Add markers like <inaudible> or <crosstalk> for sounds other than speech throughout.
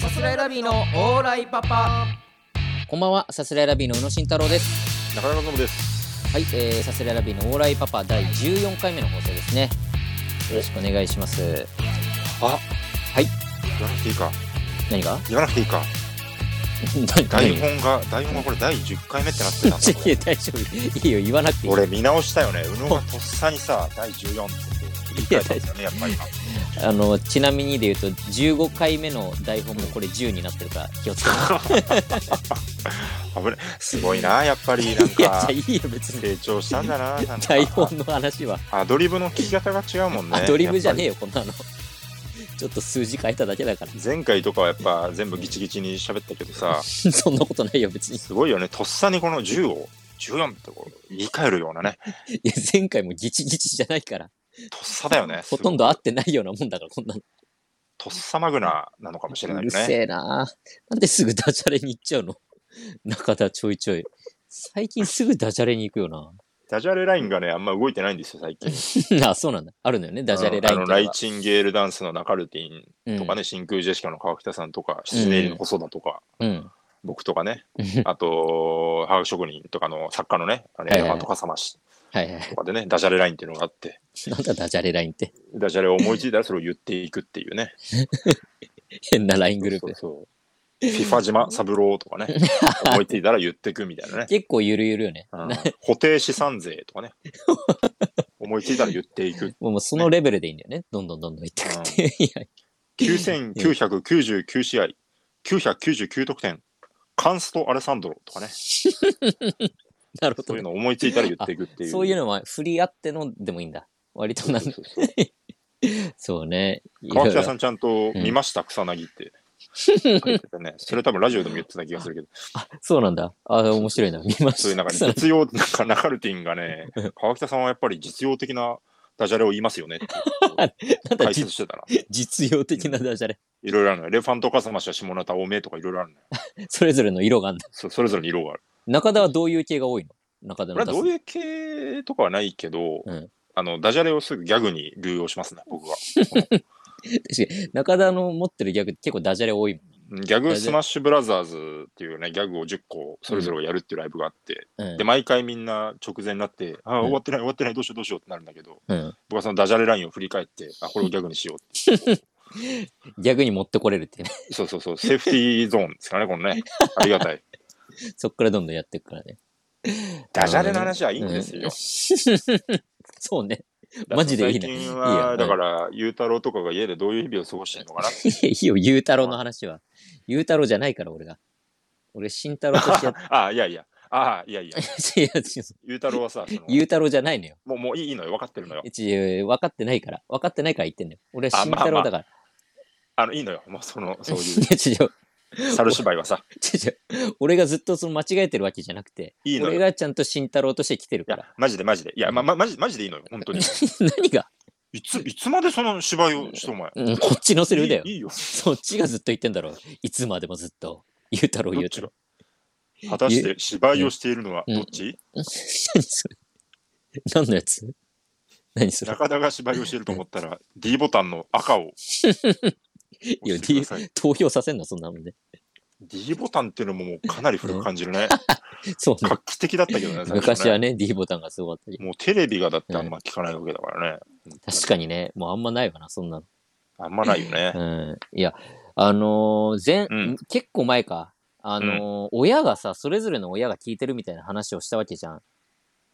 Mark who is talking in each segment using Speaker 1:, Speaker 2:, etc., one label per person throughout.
Speaker 1: さすらいラビーのオーライパパ
Speaker 2: こんばんは、サスライラビーの宇野慎太郎です。
Speaker 3: 中山信です。
Speaker 2: はい、えー、サスライラビーのオーライパパ第14回目の放送ですね。よろしくお願いします。
Speaker 3: あ、
Speaker 2: はい。
Speaker 3: 言わなくていいか。
Speaker 2: 何が
Speaker 3: 言わなくていいか。
Speaker 2: <laughs> 何
Speaker 3: 台
Speaker 2: が <laughs>
Speaker 3: 本が、台本がこれ第10回目ってなってたんだ
Speaker 2: いや、大丈夫。いいよ、言わなくていい。
Speaker 3: 俺見直したよね。宇野がとっさにさ、第14って言い換えたんだよね、やっぱり今。
Speaker 2: あの、ちなみにで言うと、15回目の台本もこれ10になってるから気をつけて。
Speaker 3: 危ね。すごいな、やっぱり。な
Speaker 2: いや、
Speaker 3: んか
Speaker 2: じゃ、あいいよ、別に。
Speaker 3: 成長したんだな。なんか
Speaker 2: 台本の話は。
Speaker 3: アドリブの聞き方が違うもんね。
Speaker 2: アドリブじゃねえ
Speaker 3: え。
Speaker 2: よ、こんなの。ちょっと数字変えただけだから。 <laughs>
Speaker 3: 前回とかはやっぱ全部ギチギチに喋ったけどさ、
Speaker 2: そんなことないよ、別に。い
Speaker 3: すごいよね。とっさにこの10を、14ってこう言い換えるようなね。
Speaker 2: や、前回もギチギチじゃないから。
Speaker 3: とっさだよね。
Speaker 2: ほとんど合ってないようなもんだから、こんなの。
Speaker 3: とっさマグナなのかもしれな
Speaker 2: う
Speaker 3: い
Speaker 2: るせ
Speaker 3: よね。
Speaker 2: えな。なんですぐダジャレに行っちゃうの <laughs> 中田ちょいちょい。最近すぐダジャレに行くよな。 <laughs>
Speaker 3: ダジャレラインがね、あんま動いてないんですよ、最近。
Speaker 2: あ、そうなんだ。あるのよ <laughs> ね、ダジャレライン
Speaker 3: あの
Speaker 2: と
Speaker 3: あのラ
Speaker 2: か
Speaker 3: イ。チンゲールダンスの中ルティン
Speaker 2: うん
Speaker 3: とかね、真空ジェシカの川北さんとか、シネリの細田とか、
Speaker 2: うん。
Speaker 3: 僕とかね、あと、ハーフ職人とかの作家のね、あの
Speaker 2: はい
Speaker 3: エ
Speaker 2: はいはい
Speaker 3: レファントカサマシ
Speaker 2: <laughs> はいはい。
Speaker 3: とかでね、ダジャレラインっていうのがあって、
Speaker 2: なんだダジャレラインって。
Speaker 3: ダジャレを思いついたらそれを言っていくっていうね。
Speaker 2: 変なライングルー
Speaker 3: そう
Speaker 2: プ。
Speaker 3: そうそう。フィフ
Speaker 2: <laughs>
Speaker 3: ァ島三郎とかね、思いついたら言っていくみたいなね。
Speaker 2: 結構ゆるゆるよね。 <laughs>
Speaker 3: うん固定資産税とかね、思いついたら言っていく。
Speaker 2: もうもうそのレベルでいいんだよね。どんどんどんどんいってくって。 <laughs> いや、
Speaker 3: 9999試合、999得点、カンスト・アレサンドロとかね、
Speaker 2: なるほ
Speaker 3: そ
Speaker 2: ど
Speaker 3: ういう
Speaker 2: ね。
Speaker 3: のを思いついたら言っていくっていう。
Speaker 2: そういうのは振り合ってのでもいいんだ。割となん
Speaker 3: そう
Speaker 2: だ。
Speaker 3: <laughs> そうそう
Speaker 2: そうね。いろ
Speaker 3: 川
Speaker 2: いろ
Speaker 3: 北さんちゃんと見ました、草薙って。書いてたね、それ多分ラジオでも言ってた気がす
Speaker 2: <laughs>
Speaker 3: るけど、
Speaker 2: そうなんだ。あ、面白いな。見ま
Speaker 3: そういう
Speaker 2: し
Speaker 3: なん
Speaker 2: た。
Speaker 3: かね実用、なんか中ルティンがね、川北さんはやっぱり実用的なダジャレを言いますよねって
Speaker 2: <laughs> <laughs> なんだ実
Speaker 3: 解説してたら、
Speaker 2: 実用的なダジャレ。
Speaker 3: いろいろあるのよ。レファントカサマシは下ネタ多めとかいろいろあるのよ
Speaker 2: それぞれの色があるんだ。
Speaker 3: そ。それぞれに色がある。
Speaker 2: 中田はどういう系が多いの中田
Speaker 3: これ
Speaker 2: の
Speaker 3: は
Speaker 2: 出
Speaker 3: ど
Speaker 2: す
Speaker 3: ういう系とかはないけど、
Speaker 2: うん
Speaker 3: あのダジャレをすぐギャグに流用しますね、僕は。
Speaker 2: 中田の持ってるギャグ結構ダジャレ多いもん。
Speaker 3: うんギャ
Speaker 2: ダ
Speaker 3: グ
Speaker 2: ジャレ
Speaker 3: スマッシュブラザーズっていうね、ギャグを10個それぞれをやるっていうライブがあって、
Speaker 2: うん
Speaker 3: で、毎回みんな直前になって、
Speaker 2: うん
Speaker 3: あー終わってない、終わってない、どうしよう、どうしようってなるんだけど、
Speaker 2: うん、
Speaker 3: 僕はそのダジャレラインを振り返って、あ、これをギャグにしようって。
Speaker 2: ギャグに持ってこれるっていうね。 <laughs>
Speaker 3: そうそうそう、セーフティーゾーンですかね、このね。ありがたい。
Speaker 2: そっからどんどんやっていくからね。
Speaker 3: ダジャレの話はいいんです
Speaker 2: う
Speaker 3: よ
Speaker 2: ん。 <laughs> そうね。
Speaker 3: だ
Speaker 2: マジでいいね
Speaker 3: 最近
Speaker 2: いいよ
Speaker 3: は、だから、ゆうたろうとかが家でどういう日々を過ごしてるのかなって。
Speaker 2: いいよ、ゆうたろうの話は。ゆうたろうじゃないから、俺が。俺、慎太郎としてやっ
Speaker 3: あ、いやいや。あーいやいや。
Speaker 2: て。いや違
Speaker 3: <laughs>
Speaker 2: う
Speaker 3: ゆうたろうはさ、
Speaker 2: <laughs>
Speaker 3: その
Speaker 2: ゆうたろうじゃないのよ。
Speaker 3: もうもういいのよ、分かってるのよ。
Speaker 2: 一応、分かってないから。分かってないから言ってんのよ。俺、
Speaker 3: あ
Speaker 2: 慎太郎だから。
Speaker 3: あのいいのよ、もうその、そうい
Speaker 2: <laughs> いや違う
Speaker 3: う、猿芝居はさ、
Speaker 2: 違う違う俺がずっとその間違えてるわけじゃなくて、
Speaker 3: いいの
Speaker 2: 俺
Speaker 3: よ。
Speaker 2: がちゃんと慎太郎として来てる
Speaker 3: い
Speaker 2: か
Speaker 3: や
Speaker 2: ら。、
Speaker 3: マジでマジで。いや、ま、ま、マジマジでいいのよ、本当に。
Speaker 2: <laughs> 何が
Speaker 3: いつ、いつまでその芝居をして、お前。
Speaker 2: うん、こっちのセリフだよ
Speaker 3: い。いいいよ。
Speaker 2: そっちがずっと言ってんだろう。いつまでもずっと。言うたろう
Speaker 3: ど
Speaker 2: 言
Speaker 3: っ
Speaker 2: う
Speaker 3: ち
Speaker 2: た
Speaker 3: が
Speaker 2: ろ
Speaker 3: 果たして芝居をしているのはどっち、
Speaker 2: う。 <laughs> 何それ何のやつ何それ
Speaker 3: 中田が芝居をしていると思ったら、D ボタンの赤を
Speaker 2: いや
Speaker 3: 押してください。
Speaker 2: 投票させんのそんなもんね。
Speaker 3: D ボタンっていうのももうかなり古く感じるね。
Speaker 2: <laughs> そうね
Speaker 3: 画。期的だったけどね、最初
Speaker 2: 昔は
Speaker 3: ね。
Speaker 2: ね、D ボタンがすごかったり。
Speaker 3: もうテレビがだってあんま聞かないわけだからね。
Speaker 2: 確かにね、もうあんまないわな、そんなの。
Speaker 3: あんまないよね。
Speaker 2: うん。いや、あのー前、
Speaker 3: うん
Speaker 2: 結構前か。あのー親がさ、それぞれの親が聞いてるみたいな話をしたわけじゃん。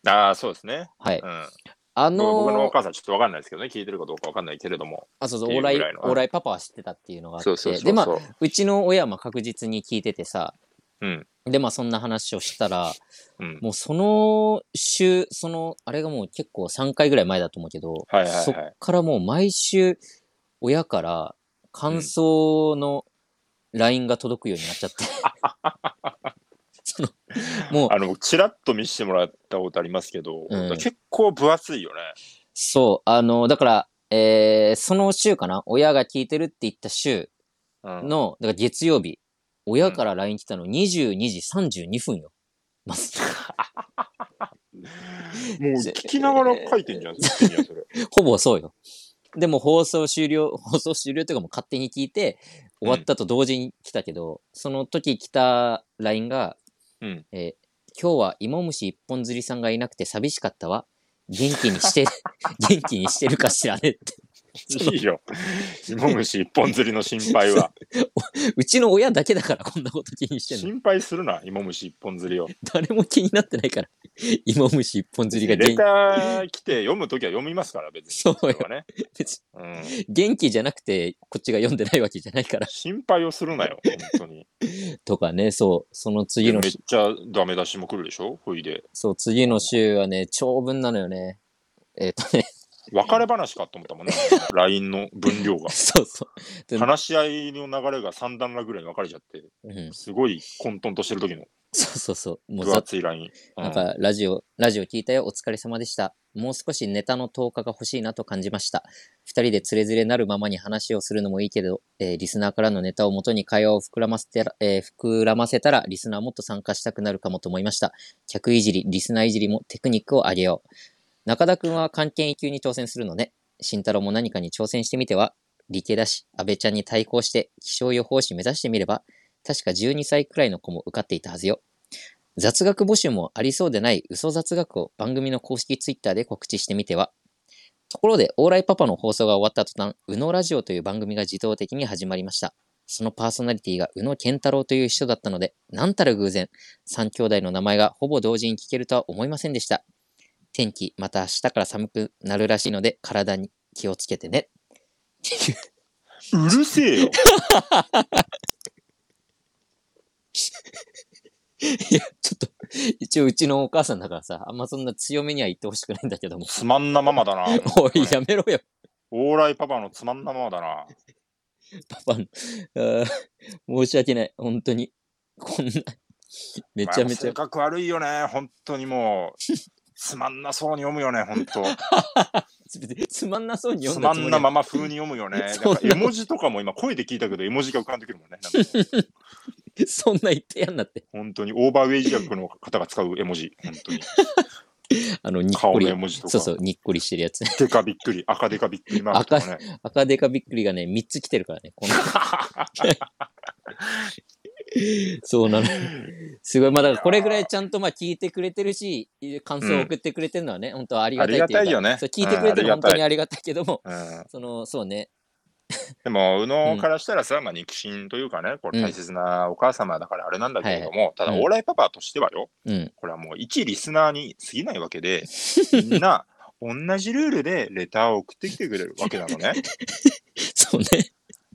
Speaker 3: ああ、そうですね。
Speaker 2: はい。
Speaker 3: うん。
Speaker 2: あのー
Speaker 3: 僕のお母さんちょっとわかんないですけどね、聞いてるかどうかわかんないけれども。
Speaker 2: あ、そうそう、
Speaker 3: ってい
Speaker 2: オー
Speaker 3: う
Speaker 2: ライ
Speaker 3: ぐらい、の
Speaker 2: オーライパパは知ってたっていうのがあって。
Speaker 3: そうそうそうそう。
Speaker 2: で、まあ、うちの親も確実に聞いててさ、
Speaker 3: うん。
Speaker 2: で、まあそんな話をしたら、
Speaker 3: うん。
Speaker 2: もうその週、その、あれがもう結構3回ぐらい前だと思うけど、
Speaker 3: はいはいはい
Speaker 2: そっからもう毎週、親から感想の LINE が届くようになっちゃって。
Speaker 3: <laughs>
Speaker 2: その、もう、
Speaker 3: あの、ちらっと見せてもらったことありますけど、
Speaker 2: うん
Speaker 3: 結構分厚いよね。
Speaker 2: そう、あの、だから、えーその週かな、親が聞いてるって言った週
Speaker 3: うん、
Speaker 2: の、だから月曜日、親から LINE 来たの22時32分よ。まず、
Speaker 3: もう聞きながら書いてんじゃん、ずっといいやそれ。
Speaker 2: <laughs> ほぼそうよ。でも放送終了、放送終了というかもう勝手に聞いて、終わったと同時に来たけど、その時来た LINE が、
Speaker 3: うん
Speaker 2: えー今日は芋虫一本釣りさんがいなくて寂しかったわ。元気に
Speaker 3: <laughs>
Speaker 2: して、元気にしてるかしらねって。
Speaker 3: い
Speaker 2: <laughs>
Speaker 3: いよ。芋虫一本釣りの心配は。
Speaker 2: うちの親だけだからこんなこと気にしてんの。
Speaker 3: 心配するな、芋虫一本釣りを。
Speaker 2: 誰も気になってないから。芋虫一本釣りが
Speaker 3: レ
Speaker 2: 元
Speaker 3: ター来て読むときは読みますから、別に。
Speaker 2: そうよ
Speaker 3: れはね
Speaker 2: 別
Speaker 3: うん、
Speaker 2: 元気じゃなくて、こっちが読んでないわけじゃないから。
Speaker 3: 心配をするなよ、本当に。
Speaker 2: とかね、そう。その <laughs> 次
Speaker 3: め
Speaker 2: の
Speaker 3: っ
Speaker 2: 日
Speaker 3: ちゃダメ出しも来るでしょほいで。
Speaker 2: そう、次の週はね、長文なのよね。えっ、とね、
Speaker 3: 別れ話かと思った
Speaker 2: <laughs>
Speaker 3: もんね。LINE の分量が。
Speaker 2: そうそで
Speaker 3: 話し合いの流れが三段落ぐらいに分かれちゃって、
Speaker 2: う。うん。
Speaker 3: すごい混沌としてる時の
Speaker 2: そうそうそう。もう
Speaker 3: 分
Speaker 2: ざっ
Speaker 3: 厚い LINE。う
Speaker 2: なんか、ラジオ、ラジオ聞いたよ。お疲れ様でした。もう少しネタの投下が欲しいなと感じました。二人でつれづれなるままに話をするのもいいけど、えーリスナーからのネタをもとに会話を膨らませてら、えー膨らませたら、リスナーもっと参加したくなるかもと思いました。客いじり、リスナーいじりもテクニックを上げよう。中田くんは関係一級に挑戦するのね。慎太郎も何かに挑戦してみては、理系だし、安倍ちゃんに対抗して気象予報士目指してみれば、確か12歳くらいの子も受かっていたはずよ。雑学募集もありそうでない嘘雑学を番組の公式ツイッターで告知してみては。ところで、オーライパパの放送が終わった途端、宇野ラジオという番組が自動的に始まりました。そのパーソナリティが宇野健太郎という人だったので、なんたる偶然、三兄弟の名前がほぼ同時に聞けるとは思いませんでした。天気、また明日から寒くなるらしいので、体に気をつけてね。っていう
Speaker 3: うるせえよ。
Speaker 2: いや、ちょっと、一応うちのお母さんだからさ、あんまそんな強めには言ってほしくないんだけ <laughs> ども。
Speaker 3: つまんなマ
Speaker 2: <laughs>
Speaker 3: マだな。
Speaker 2: おい、やめろよ。
Speaker 3: 往来パパのつまんなママだな。
Speaker 2: パパの、あー申し訳ない、本当に。こんな、 <laughs> めちゃめち
Speaker 3: まあ
Speaker 2: ゃ
Speaker 3: 性、格悪いよね、本当にもう。つまんなそうに読むよね、本当。
Speaker 2: つつまんなそうに
Speaker 3: つ
Speaker 2: 読ん
Speaker 3: ま
Speaker 2: だつも
Speaker 3: ん
Speaker 2: り
Speaker 3: な
Speaker 2: は
Speaker 3: まま風に読む
Speaker 2: <laughs>
Speaker 3: よね。なん
Speaker 2: そんな
Speaker 3: か絵文字とかも今声で聞いたけど、絵文字が浮かんでくるもんね。なんか
Speaker 2: <laughs> そんな言ってやんなって。
Speaker 3: 本当にオーバーウェイ自虐の方が使う絵文字。本当に。
Speaker 2: あの、にっ
Speaker 3: 顔
Speaker 2: こ
Speaker 3: の
Speaker 2: り
Speaker 3: 絵、文字とか。
Speaker 2: そうそう、にっこりしてるやつ。
Speaker 3: でかびっくり、赤でかびっくりマークとかね。
Speaker 2: 赤デカびっくりがね、3つ来てるからね。こ
Speaker 3: <laughs>
Speaker 2: のそうなの。すごい。まあ、だからこれぐらいちゃんとまあ聞いてくれてるし、感想を送ってくれてるのはね、本当ありがたいってうか
Speaker 3: ありがたいよね
Speaker 2: そう聞いてくれてる
Speaker 3: うん
Speaker 2: の
Speaker 3: あ
Speaker 2: は本
Speaker 3: りがたい
Speaker 2: 当にありがたいけども、
Speaker 3: うん、
Speaker 2: その、そうね。
Speaker 3: でも、宇野からしたらさ、まあ、肉親というかね、これ大切なお母様だからあれなんだけれども、ただ、
Speaker 2: うん
Speaker 3: 往来パパとしてはよ、
Speaker 2: うん。
Speaker 3: これはもう一リスナーに過ぎないわ
Speaker 2: <laughs>
Speaker 3: けで、みんな同じルールでレターを送ってきてくれるわけなのね。
Speaker 2: そうね。。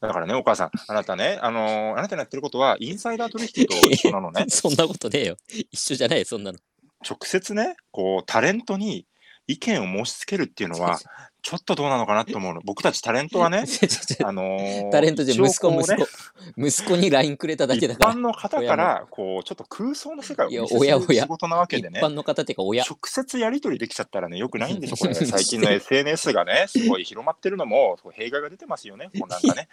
Speaker 3: だからね、お母さん、あなたね、あのーあなたのやってることはインサイダー取引と一緒なのね
Speaker 2: <laughs> そんなことねえよ。一緒じゃないよ、そんなの。
Speaker 3: 直接ね、こう、タレントに意見を申し付けるっていうのは、ちょっとどうなのかなと思うの。僕た <laughs> ちタレント
Speaker 2: <laughs>
Speaker 3: はね、
Speaker 2: ちょちょちょ
Speaker 3: あの
Speaker 2: <laughs>
Speaker 3: ー
Speaker 2: タレントじゃ息
Speaker 3: 一
Speaker 2: 子、
Speaker 3: 応こう
Speaker 2: 息子。 <laughs> 息子に LINE くれただけだか
Speaker 3: 一般の方からこうちょっと空想の世界を見せ
Speaker 2: いやおや
Speaker 3: る
Speaker 2: おや
Speaker 3: 仕事なわ
Speaker 2: ら。
Speaker 3: け
Speaker 2: 一
Speaker 3: でね
Speaker 2: 般の方っていうか親
Speaker 3: 直。接やり取りできちゃったらねよくないんですよこれ
Speaker 2: うん
Speaker 3: 最近の SNS がねすごい広まってるのもすごい弊害が出てますよ
Speaker 2: <laughs>
Speaker 3: ねこうなんかね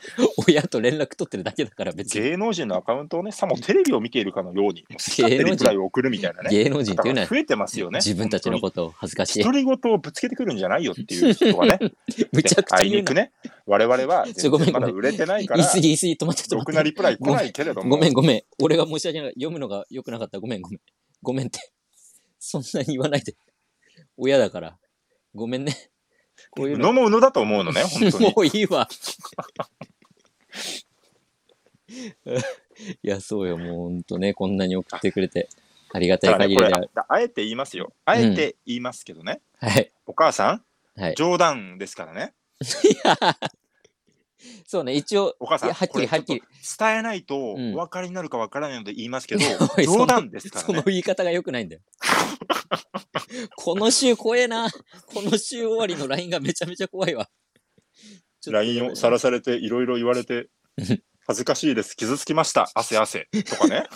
Speaker 2: 親と連絡取ってるだけだから別に。
Speaker 3: 芸能人のアカウントをねさもテレビを見ているかのようにもう好き勝手にリプライを送るみたいなね
Speaker 2: 芸能人っていうの
Speaker 3: 方が
Speaker 2: は
Speaker 3: 増えてますよね
Speaker 2: 自分たちのこ
Speaker 3: 本
Speaker 2: とを恥ずか
Speaker 3: 当
Speaker 2: し
Speaker 3: に
Speaker 2: い。
Speaker 3: 独り言をぶつけてくるんじゃないよっていう人がね
Speaker 2: <laughs> むちゃくちゃ
Speaker 3: あい
Speaker 2: 言う
Speaker 3: にく
Speaker 2: な。
Speaker 3: ね我
Speaker 2: <laughs>
Speaker 3: 々は
Speaker 2: ちょごめん
Speaker 3: まだ
Speaker 2: ごめ
Speaker 3: 売れてないか
Speaker 2: 言い
Speaker 3: ら
Speaker 2: 過ぎ言い過ぎ止まっちゃった
Speaker 3: ろくなリプライ来ないけれども
Speaker 2: ごめんごめん。俺が申し訳ない。読むのが良くなかった。ごめんごめん。ごめんって。 <laughs> そんなに言わないで。親だから。ごめんね。こういう
Speaker 3: う
Speaker 2: の。
Speaker 3: のもうのだと思うのね本当に
Speaker 2: もういいわ。 <laughs> いや、そうよ。もうほんとね、こんなに送ってくれて。ありがた
Speaker 3: だ
Speaker 2: い
Speaker 3: から
Speaker 2: 限
Speaker 3: ね
Speaker 2: り
Speaker 3: こ
Speaker 2: で
Speaker 3: れ
Speaker 2: ある。
Speaker 3: ああえて言いますよ。あえて言いますけどね、
Speaker 2: はい。 <laughs>
Speaker 3: お母さん、
Speaker 2: はい。
Speaker 3: 冗談ですからね。
Speaker 2: いやそうね、一応、
Speaker 3: お母さん、
Speaker 2: いやはっきり
Speaker 3: こ
Speaker 2: は
Speaker 3: れちょ
Speaker 2: っきり
Speaker 3: と伝えないと
Speaker 2: うん
Speaker 3: お分かりになるか分からないので言いますけど、
Speaker 2: <laughs> おいそんな
Speaker 3: 冗談ですか
Speaker 2: そ
Speaker 3: ら
Speaker 2: の
Speaker 3: ね。
Speaker 2: 言い方が良くないんだよ。この週怖えな。この週終わりの LINE がめちゃめちゃ怖いわ。ちょっと
Speaker 3: LINE をさらされて、いろいろ言われ
Speaker 2: <laughs>
Speaker 3: て、恥ずかしいです、傷つきました、汗汗とかね。 <laughs>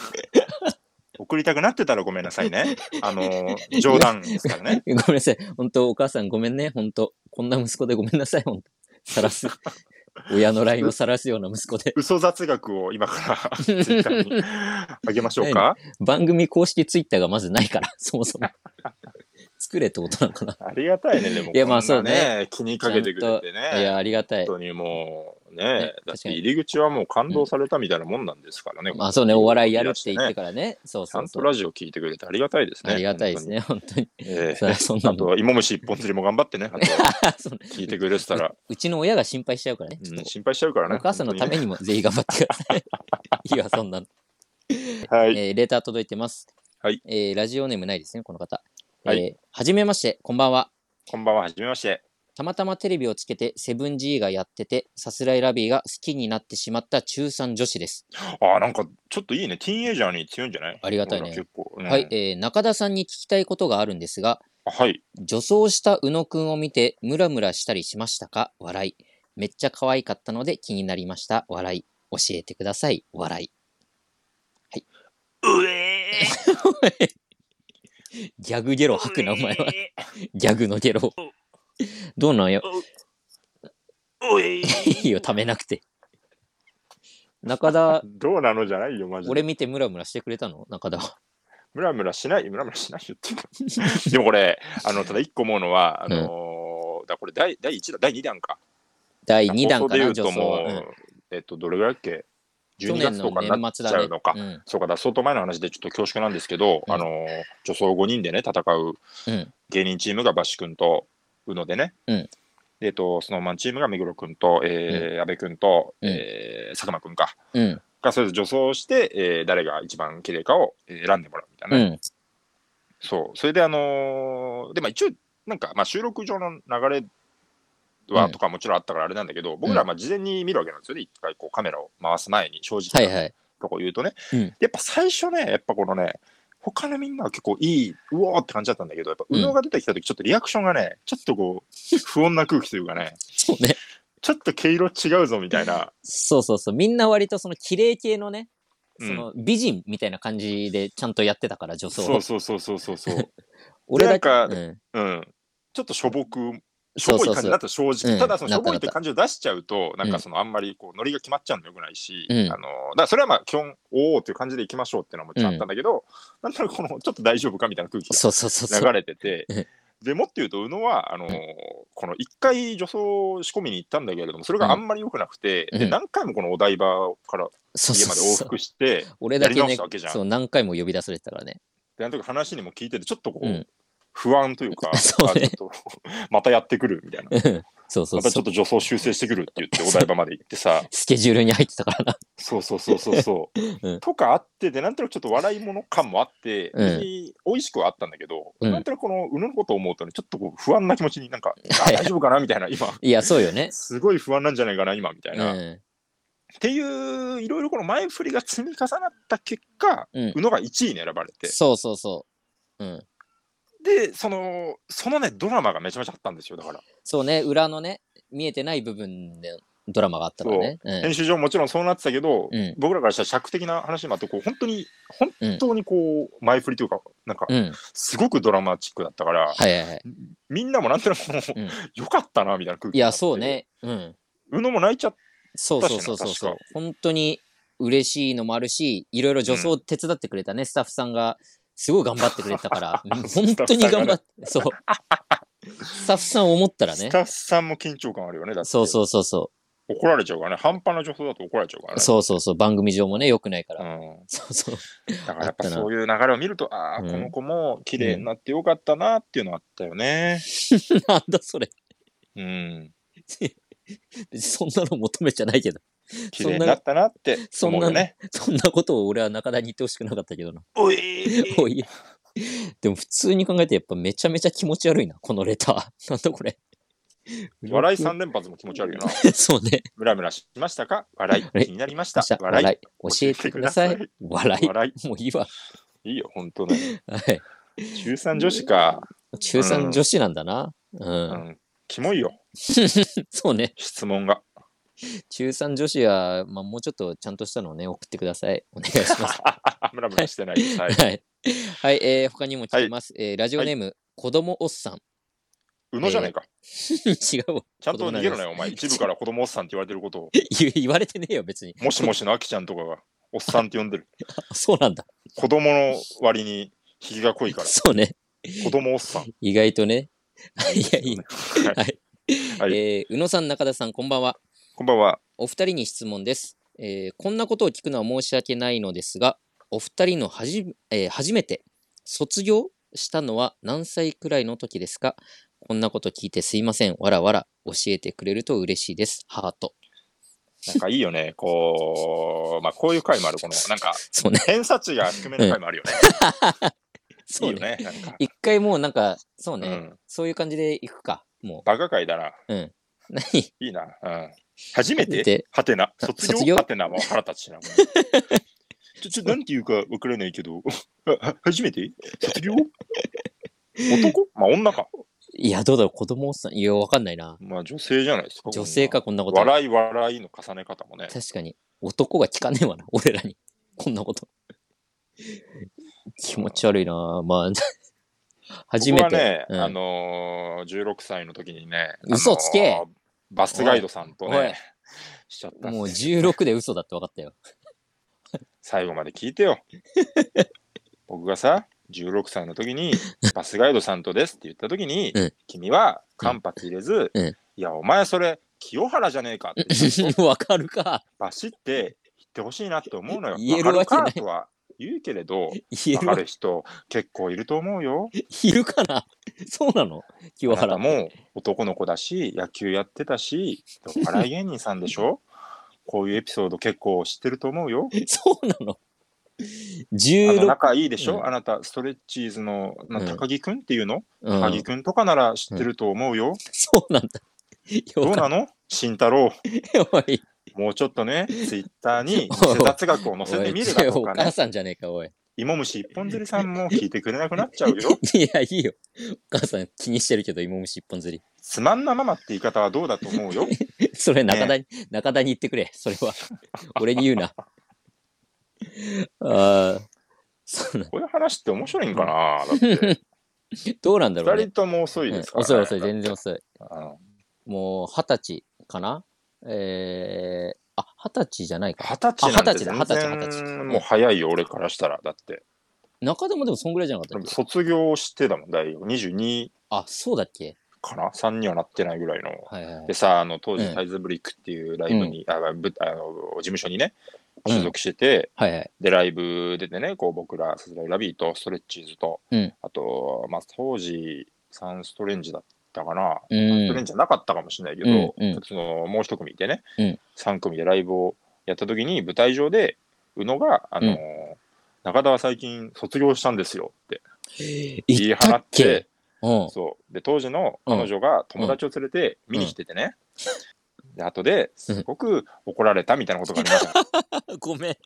Speaker 3: 送りたくなってたらごめんなさいね。あのー冗談ですからね。
Speaker 2: <laughs> ごめんなさい。本当お母さんごめんね。本当こんな息子でごめんなさい。本当さらす。 <laughs> 親の LINE をさらすような息子で。
Speaker 3: 嘘雑学を
Speaker 2: <laughs>
Speaker 3: 今から Twitter にあげましょうか。
Speaker 2: 番組公式ツイッターがまずないから、 <laughs> そもそも。作れってことなのかな。
Speaker 3: ありがたいね、でも。
Speaker 2: いやまあ
Speaker 3: こんな
Speaker 2: そう
Speaker 3: 気にかけてくれてね。
Speaker 2: いや、ありがたい
Speaker 3: 本。当にもうね
Speaker 2: ね
Speaker 3: だって入り口はもう感動されたみたいなもんなんですからね。
Speaker 2: まあそうね、お笑いやるって言ってからね。そう
Speaker 3: ちゃ
Speaker 2: そうんそ
Speaker 3: と
Speaker 2: う。
Speaker 3: ラジオ聞いてくれてありがたいですね。
Speaker 2: ありがたいですね、本当に。
Speaker 3: 本当に。ええ
Speaker 2: そそんな
Speaker 3: あ
Speaker 2: も
Speaker 3: と
Speaker 2: ん
Speaker 3: は芋虫一本釣りも頑張ってね。あ <laughs> とは
Speaker 2: そう
Speaker 3: 聞いてくれてた <laughs> ら、
Speaker 2: うちの親が心配しちゃうからね。ち
Speaker 3: う
Speaker 2: ょっ
Speaker 3: ん、
Speaker 2: と
Speaker 3: 心配しちゃうからね。
Speaker 2: お母さんのためにもぜひ頑張ってください。 <laughs> いいわ、そんなの。
Speaker 3: 本当にね。はい。
Speaker 2: えーレター届いてます。
Speaker 3: はい。
Speaker 2: えーラジオネームないですね、この方。
Speaker 3: はい
Speaker 2: えーはじめまして、こんばんは。
Speaker 3: こんばんは、はじめまして。
Speaker 2: たまたまテレビをつけて、セブン G がやってて、さすらいラビーが好きになってしまった中3女子です。
Speaker 3: ああ、なんかちょっといいね。ティーンエイジャーに強いんじゃない
Speaker 2: ありがたいね
Speaker 3: 俺ら結構。うん
Speaker 2: はい、。えー中田さんに聞きたいことがあるんですが、
Speaker 3: あはい。
Speaker 2: 女装した宇野くんを見て、ムラムラしたりしましたか笑い。めっちゃ可愛かったので気になりました。笑い。教えてください。笑い。
Speaker 3: うえ
Speaker 2: <laughs> ギャグゲロ吐くな、お前は。ギャグのゲロ。どうなんよ。
Speaker 3: うえ
Speaker 2: いいよ、ためなくて。中田、
Speaker 3: どうなのじゃないよ、マジで。
Speaker 2: 俺見てムラムラしてくれたの中田は。 <laughs>
Speaker 3: ムラムラしない、ムラムラしないよっていうか <laughs> でもこれ、あのただ一個思うのは、あのーだこれ第第1弾、第2弾か。
Speaker 2: 第2弾かな、女
Speaker 3: 放送で言うと
Speaker 2: 装
Speaker 3: も
Speaker 2: は。
Speaker 3: う、
Speaker 2: うん
Speaker 3: えっと、どれぐらいだっけ ?12
Speaker 2: 去年
Speaker 3: 月
Speaker 2: の
Speaker 3: とかにな
Speaker 2: 年
Speaker 3: っち
Speaker 2: 末だ
Speaker 3: ゃ
Speaker 2: ね
Speaker 3: うのか。。
Speaker 2: うん
Speaker 3: そうかだ相当前の話でちょっと恐縮なんですけど、
Speaker 2: うん
Speaker 3: あのー女装5人でね戦う
Speaker 2: うん。
Speaker 3: 芸人チームがバシ君と宇野でね、
Speaker 2: うん
Speaker 3: でえっと、スノーマンチームが目黒君と、えー安倍君と、
Speaker 2: うん
Speaker 3: えー佐久間君か
Speaker 2: うん。
Speaker 3: がそれぞれ女装して、えー誰が一番綺麗かをえー選んでもらうみたいな
Speaker 2: う
Speaker 3: ね、
Speaker 2: ん。
Speaker 3: そう、それであのーで、まあ一応、なんか、まあ収録上の流れ
Speaker 2: う
Speaker 3: は
Speaker 2: ん
Speaker 3: とかもちろんあったからあれなんだけど、僕らはまあ事前に見るわけなんですよね、一回こうカメラを回す前に、正
Speaker 2: は
Speaker 3: 直
Speaker 2: い
Speaker 3: な
Speaker 2: はい。 <laughs>
Speaker 3: とこ言うとね、
Speaker 2: うん
Speaker 3: やっぱ最初ね、やっぱこのね、他のみんなは結構いい、うおーって感じだったんだけど、やっぱ、
Speaker 2: うん
Speaker 3: 宇野が出てきた時ちょっとリアクションがね、ちょっとこう、不穏な空気というかね、
Speaker 2: そうね。
Speaker 3: ちょっと毛色違うぞみたいな、
Speaker 2: そうそうそう。みんな割とその綺麗系のね、
Speaker 3: う
Speaker 2: そ
Speaker 3: ん
Speaker 2: の美人みたいな感じでちゃんとやってたから、女装
Speaker 3: そ
Speaker 2: を
Speaker 3: う。そうそうそうそうそう、
Speaker 2: <laughs> 俺だけ。
Speaker 3: なんか
Speaker 2: うん
Speaker 3: うん、ちょっとしょぼくし
Speaker 2: そ
Speaker 3: ょ
Speaker 2: う
Speaker 3: ぼい
Speaker 2: そう
Speaker 3: 感じ
Speaker 2: そ
Speaker 3: だっ
Speaker 2: う。
Speaker 3: た正
Speaker 2: う
Speaker 3: 直。
Speaker 2: ん
Speaker 3: ただそのし
Speaker 2: な
Speaker 3: ょ
Speaker 2: った
Speaker 3: ぼいって感じを出しちゃうと、なん
Speaker 2: う
Speaker 3: か
Speaker 2: ん
Speaker 3: そのあんまりこうノリが決まっちゃうのよくないし、
Speaker 2: うん
Speaker 3: あのだからそれはまあ基本、おおという感じでいきましょうっていうのはもちろんあったんだけど、なんとなくこのちょっと大丈夫かみたいな空気
Speaker 2: そうそうそうそう
Speaker 3: が。流れてて
Speaker 2: うん、
Speaker 3: でもっと言うと、宇野はあの
Speaker 2: うん
Speaker 3: この1回女装仕込みに行ったんだけれども、それがあんまり良くなくて、
Speaker 2: うん
Speaker 3: で
Speaker 2: うん
Speaker 3: 何回もこのお台場から
Speaker 2: そう
Speaker 3: 家
Speaker 2: そ
Speaker 3: ま
Speaker 2: う
Speaker 3: で
Speaker 2: そう
Speaker 3: 往復して、
Speaker 2: 俺だけ
Speaker 3: やり直し
Speaker 2: ね
Speaker 3: たわけじゃん
Speaker 2: そう何回も呼び出されてたからね。 <laughs>
Speaker 3: であの時話にも聞いてて、ちょっとこう、
Speaker 2: うん
Speaker 3: 不安というか、
Speaker 2: <laughs> そうね
Speaker 3: あちょっと <laughs> またやってくるみたいな。
Speaker 2: そうそ
Speaker 3: ま
Speaker 2: う
Speaker 3: たち
Speaker 2: そう
Speaker 3: ょっ。と女装修正してくるって言ってお台場まで行ってさ
Speaker 2: スケジュールに入ってたからな。
Speaker 3: <laughs> そうそうそうそうそう、
Speaker 2: うん
Speaker 3: とかあってでなんとなくちょっと笑い物感もあって、
Speaker 2: うん
Speaker 3: 別に美味しくはあったんだけど、
Speaker 2: うん
Speaker 3: なんとなくこの宇野のことを思うとねちょっとこう不安な気持ちに <laughs> なんかあ
Speaker 2: い
Speaker 3: 大丈夫かなみたいな今
Speaker 2: いや、そうよね。
Speaker 3: すごい不安なんじゃないかな今みたいうな、 <laughs> っ
Speaker 2: ん。
Speaker 3: ていういろいろこの前振りが積み重なった結果、
Speaker 2: うん
Speaker 3: 宇野が1位に選ばれて
Speaker 2: そうそうそう。うん。
Speaker 3: でそのそのねドラマがめちゃめちゃあったんですよだから、
Speaker 2: そうね、裏のね、見えてない部分でドラマがあったからね。うん
Speaker 3: 編集上もちろんそうなってたけど、
Speaker 2: うん
Speaker 3: 僕らからしたら尺的な話もあってこう本当に本当にこう前振りというかなんか
Speaker 2: うん。
Speaker 3: すごくドラマチックだったか
Speaker 2: は
Speaker 3: ら、
Speaker 2: いはいはい。
Speaker 3: みんなもなんとなくもう、
Speaker 2: うん
Speaker 3: よかったなみたいな空気
Speaker 2: いや、そうね。うん。
Speaker 3: うのも泣いちゃっ
Speaker 2: そうそうそうそうそう。本当に嬉しいのもあるし、いろいろ女装手伝ってくれたね、スタッフさんが。すごい頑張ってくれたから、うん本当に頑張って、そう。スタッフさん思った
Speaker 3: た
Speaker 2: らね
Speaker 3: ス。タッフさんも緊張感あるよねだって
Speaker 2: そうそうそうそう。
Speaker 3: 怒られちゃうからね半端な情報だと怒られちゃうからね
Speaker 2: そうそうそう、番組上もね、良くないか
Speaker 3: う
Speaker 2: ら。
Speaker 3: ん、
Speaker 2: そうそう。 <laughs>
Speaker 3: だからや
Speaker 2: あ
Speaker 3: っぱ
Speaker 2: ったな
Speaker 3: そういう流れを見るとああ、
Speaker 2: うん
Speaker 3: この子も綺麗になってよかったなっていうのあったよね
Speaker 2: なんだそれ。
Speaker 3: うん
Speaker 2: 別にそんなの求めちゃないけど。
Speaker 3: 綺麗になったなって
Speaker 2: そん
Speaker 3: 思う
Speaker 2: な
Speaker 3: よね
Speaker 2: そんなことを俺は中田に言ってほしくなかったけどな。<laughs>
Speaker 3: おい
Speaker 2: おい。でも普通に考えてやっぱめちゃめちゃ気持ち悪いな、このレター。なん <laughs> だこれ。
Speaker 3: 笑い3連発も気持ち悪いよな
Speaker 2: <laughs> そうね。
Speaker 3: ムラムラしましたか笑
Speaker 2: あれ
Speaker 3: い気になりました笑い
Speaker 2: 笑い。教えてくださ
Speaker 3: 教えて
Speaker 2: い。笑い。
Speaker 3: 笑
Speaker 2: もういいわ。
Speaker 3: いいいよ本当ね
Speaker 2: はい。
Speaker 3: 中3女子か、
Speaker 2: 中3女子なんだな。うん。
Speaker 3: うん、キモいよ
Speaker 2: <laughs> そうね。
Speaker 3: 質問が
Speaker 2: 中3女子は、まあ、もうちょっとちゃんとしたのをね、送ってください。お願いします。
Speaker 3: ムラムラしてないです。は
Speaker 2: <laughs>
Speaker 3: い。
Speaker 2: はい。はい、えー他にも来てます。えーラジオネーム、子供おっさん。 <laughs>
Speaker 3: 宇野じゃないか。
Speaker 2: 違うわ。
Speaker 3: ちゃんと逃げ
Speaker 2: 子供なんで
Speaker 3: ろね、お前。一部から子供おっさんって言われてることを、
Speaker 2: 言言われてねえよ、別に。
Speaker 3: もしもしのあきちゃんとかが、おっさんって呼んで
Speaker 2: <laughs>
Speaker 3: る。
Speaker 2: あそうなんだ。
Speaker 3: 子供の割に、ひげが濃いから、
Speaker 2: そうね。
Speaker 3: 子供おっさん。
Speaker 2: 意 <laughs> 外とね。いや、いい。はい。
Speaker 3: はい
Speaker 2: えー宇野さん、中田さん、こんばんは。
Speaker 3: こんばんは。
Speaker 2: お二人に質問です、えーこんなことを聞くのは申し訳ないのですが、お二人のはじ、えー初めて卒業したのは何歳くらいの時ですかこんなこと聞いてすいません。わらわら教えてくれると嬉しいです。ハート。
Speaker 3: なんかいいよね。こう、まあこういう回もある。この、なんか
Speaker 2: そうね。
Speaker 3: 偏差値が低めの回もあるよね。 <laughs> いい
Speaker 2: <laughs> そう
Speaker 3: よ
Speaker 2: ね。
Speaker 3: ね。なんか。
Speaker 2: 一回もうなんか、そうね。
Speaker 3: うん
Speaker 2: そういう感じで行くか。も
Speaker 3: バカ回だな。
Speaker 2: う。う
Speaker 3: <laughs>
Speaker 2: ん。何
Speaker 3: いいな。うん。初め
Speaker 2: で
Speaker 3: てはてな。卒
Speaker 2: 卒
Speaker 3: 業
Speaker 2: 業
Speaker 3: は
Speaker 2: <laughs>
Speaker 3: てなもう腹立つしな。もうちょ、ちょ、なんていうかわからないけど、 <laughs> あは初めて
Speaker 2: <laughs>
Speaker 3: 卒業男まあ女か。
Speaker 2: いや、どうだろう。子供さん。いや、わかんないな。
Speaker 3: まあ女性じゃないですか。
Speaker 2: 女性か、
Speaker 3: こ
Speaker 2: こんなんこ
Speaker 3: な
Speaker 2: と。
Speaker 3: ん。笑い笑いの重ね方もね。
Speaker 2: 確かに。男が聞かねえわな、 <laughs> 俺らに。こんなこと。気持ち悪いなまあ、 <laughs> 初め
Speaker 3: 僕
Speaker 2: て。
Speaker 3: はね、
Speaker 2: うん
Speaker 3: あのー、16歳の時にね、
Speaker 2: 嘘つけ
Speaker 3: あのーバスガイドさんと
Speaker 2: おい
Speaker 3: ね、しちゃったんですよ
Speaker 2: もう16で嘘だって分かった
Speaker 3: <laughs>
Speaker 2: よ。
Speaker 3: 最後まで聞いてよ。 <laughs> 僕がさ、16歳の
Speaker 2: <laughs>
Speaker 3: 時に、バスガイドさんとですって言った時に、
Speaker 2: うん
Speaker 3: 君は間髪入れず、
Speaker 2: うん
Speaker 3: いや、お前それ、清原じゃねえかって、
Speaker 2: 分かるか。
Speaker 3: <laughs> バシって言ってほしいなって思うのよ。
Speaker 2: 言えるわけない
Speaker 3: わかるかとは言うけれど、
Speaker 2: <laughs> 言え
Speaker 3: わ
Speaker 2: る
Speaker 3: か
Speaker 2: わ
Speaker 3: る人結構いると思うよ。
Speaker 2: いるかなそうなの清
Speaker 3: あな
Speaker 2: 原
Speaker 3: た。も男の子だし、野球やってたし、お笑い芸人さんで
Speaker 2: <laughs>
Speaker 3: しょこういうエピソード結構知ってると思うよ。
Speaker 2: そうなの
Speaker 3: あの
Speaker 2: ?16。
Speaker 3: 仲いいでしょ、
Speaker 2: うん
Speaker 3: あなた、ストレッチーズのな
Speaker 2: うん
Speaker 3: 高木くんっていうの、
Speaker 2: う
Speaker 3: 高木
Speaker 2: ん、
Speaker 3: くんとかなら知ってると思うよ。
Speaker 2: そうなんだ。
Speaker 3: ど
Speaker 2: よ
Speaker 3: う
Speaker 2: か
Speaker 3: な
Speaker 2: っ
Speaker 3: の慎太郎、
Speaker 2: た。おい、
Speaker 3: もうちょっとね、ツイッタ
Speaker 2: <laughs>
Speaker 3: ーに
Speaker 2: おい
Speaker 3: 雑学を載せ
Speaker 2: お
Speaker 3: て
Speaker 2: い
Speaker 3: みるだと
Speaker 2: お
Speaker 3: か
Speaker 2: 母
Speaker 3: ね、
Speaker 2: さんじゃねえか、おい。。
Speaker 3: 芋虫一本釣りさんも聞いてくれなくなっちゃうよ
Speaker 2: <laughs> いや、いいよ。お母さん気にしてるけど、芋虫一本釣り。
Speaker 3: つまんなママって言い方はどうだと思うよ。
Speaker 2: それ中田に、中田に言ってくれ。それは。俺に言うな。ああ。そうなん
Speaker 3: こういう話って面白いんかなだ
Speaker 2: <laughs>
Speaker 3: って
Speaker 2: どうなんだろうね
Speaker 3: 二人。とも遅いですから、ね
Speaker 2: うん遅い遅い、全然遅い。
Speaker 3: うん
Speaker 2: もう二十歳かなえー、あ、二十歳じゃないか。
Speaker 3: 二十歳なんて
Speaker 2: あ二十歳だ
Speaker 3: 全
Speaker 2: 二十歳二十歳
Speaker 3: 然もう早いよ、俺からしたら。だって、
Speaker 2: 中田もでもそんぐらいじゃなかったっけ
Speaker 3: 卒業してだもん、大学22
Speaker 2: あ、そうだっけ
Speaker 3: かな ?3 にはなってないぐらいの。
Speaker 2: はいはいはい
Speaker 3: で。さ、あの当時
Speaker 2: う、ん
Speaker 3: サイズブリックっていうライブに、あぶあの事務所にね、
Speaker 2: うん
Speaker 3: 所属してて、
Speaker 2: はいはい。
Speaker 3: で、ライブ出てね、こう僕ら、サスライラビーとストレッチーズと、
Speaker 2: うん
Speaker 3: あと、まあ、当時、サンストレンジだったかな、
Speaker 2: う
Speaker 3: ストレン
Speaker 2: ん。
Speaker 3: ジじゃなかったかもしれないけど、
Speaker 2: うんうん
Speaker 3: そのもう一組いてね、
Speaker 2: うん
Speaker 3: 三3組でライブをやった時に、舞台上で、宇野が、あのー
Speaker 2: うん
Speaker 3: 中田は最近卒業したんですよって言
Speaker 2: 言
Speaker 3: い
Speaker 2: っ
Speaker 3: 放
Speaker 2: たっ
Speaker 3: っ
Speaker 2: け
Speaker 3: て、
Speaker 2: うん。
Speaker 3: そう。で、当時の彼女が友達を連れて見に来ててね。で、後で、すごく怒られたみたいなことがありました。
Speaker 2: ごめん。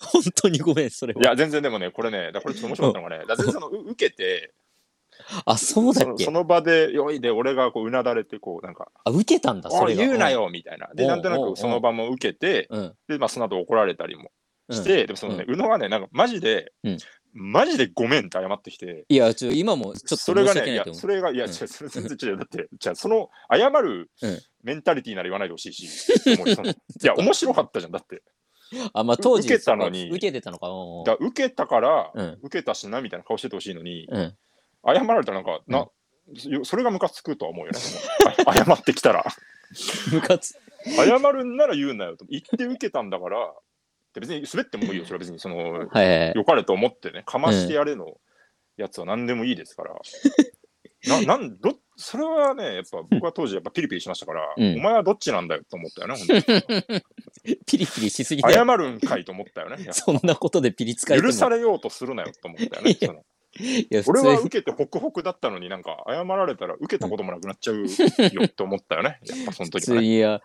Speaker 2: 本当にごめん、それ
Speaker 3: い
Speaker 2: は。
Speaker 3: や、全然でもね、これね、だからこれちょっと面白かったのがね、だから全然その、う受けて、
Speaker 2: あ、そうだ
Speaker 3: そ
Speaker 2: っ
Speaker 3: の
Speaker 2: け
Speaker 3: その場で、よいで、俺がこう、うなだれて、こう、なんか、
Speaker 2: あ、受けたんだ、そ
Speaker 3: お
Speaker 2: れ
Speaker 3: い、
Speaker 2: が。
Speaker 3: 言うなよ、みたいな。で、
Speaker 2: おう
Speaker 3: なんとな
Speaker 2: おうおう
Speaker 3: くその場も受けて、
Speaker 2: うん。うん。
Speaker 3: で、まあ、その後怒られたりも
Speaker 2: うん
Speaker 3: して、でもそのね、宇野がね、なんか、マジで、
Speaker 2: うん
Speaker 3: マジでごめんって謝ってきて、
Speaker 2: いや、ちょ、今もちょっと
Speaker 3: そ
Speaker 2: 申
Speaker 3: れ
Speaker 2: し
Speaker 3: が
Speaker 2: 訳
Speaker 3: ね、い
Speaker 2: ない
Speaker 3: や
Speaker 2: と、思
Speaker 3: それが、いや、
Speaker 2: うん
Speaker 3: 違う、それ全然違う。だって、じゃあ、その、謝る
Speaker 2: うん
Speaker 3: メンタリティーなら言わないでほしいし、もうそのい
Speaker 2: <laughs>
Speaker 3: や、面白かったじゃん。だって、
Speaker 2: う。あ、まあ当時、
Speaker 3: 受けたのに
Speaker 2: そうか受けてたのか。うんうん
Speaker 3: だ受けたから、
Speaker 2: うん
Speaker 3: 受けたしな、みたいな顔しててほしいのに、
Speaker 2: うん。
Speaker 3: 謝られたらなんか、な、そそれがムカつくとは思うよね。あ謝ってき
Speaker 2: <laughs>
Speaker 3: たら。
Speaker 2: ムカつ。
Speaker 3: 謝るんなら言うなよと。言って受けたんだから、で別に滑ってもいいよ。それは別に、その、
Speaker 2: はいはいはい。
Speaker 3: 良かれと思ってね、かましてやれのやつは何でもいいで
Speaker 2: <laughs>
Speaker 3: すから。ななんどそれはね、やっぱ僕は当時やっぱピリピリしましたから、
Speaker 2: うん
Speaker 3: お前はどっちなんだよと思った
Speaker 2: <laughs>
Speaker 3: よね、本当に
Speaker 2: ピリピリしすぎだ
Speaker 3: 謝
Speaker 2: よ。
Speaker 3: るんかいと思ったよね。
Speaker 2: そんなことでピリつかれて
Speaker 3: 許
Speaker 2: も。
Speaker 3: されようとするなよと思ったよね。その
Speaker 2: いや、普
Speaker 3: 俺は
Speaker 2: 通に
Speaker 3: 受けてホクホクだったのになんか謝られたら受けたこともなくなっちゃうよって思ったよ
Speaker 2: <laughs>
Speaker 3: ね。やっぱその
Speaker 2: 普
Speaker 3: 時は
Speaker 2: 通
Speaker 3: ね。
Speaker 2: に、いや、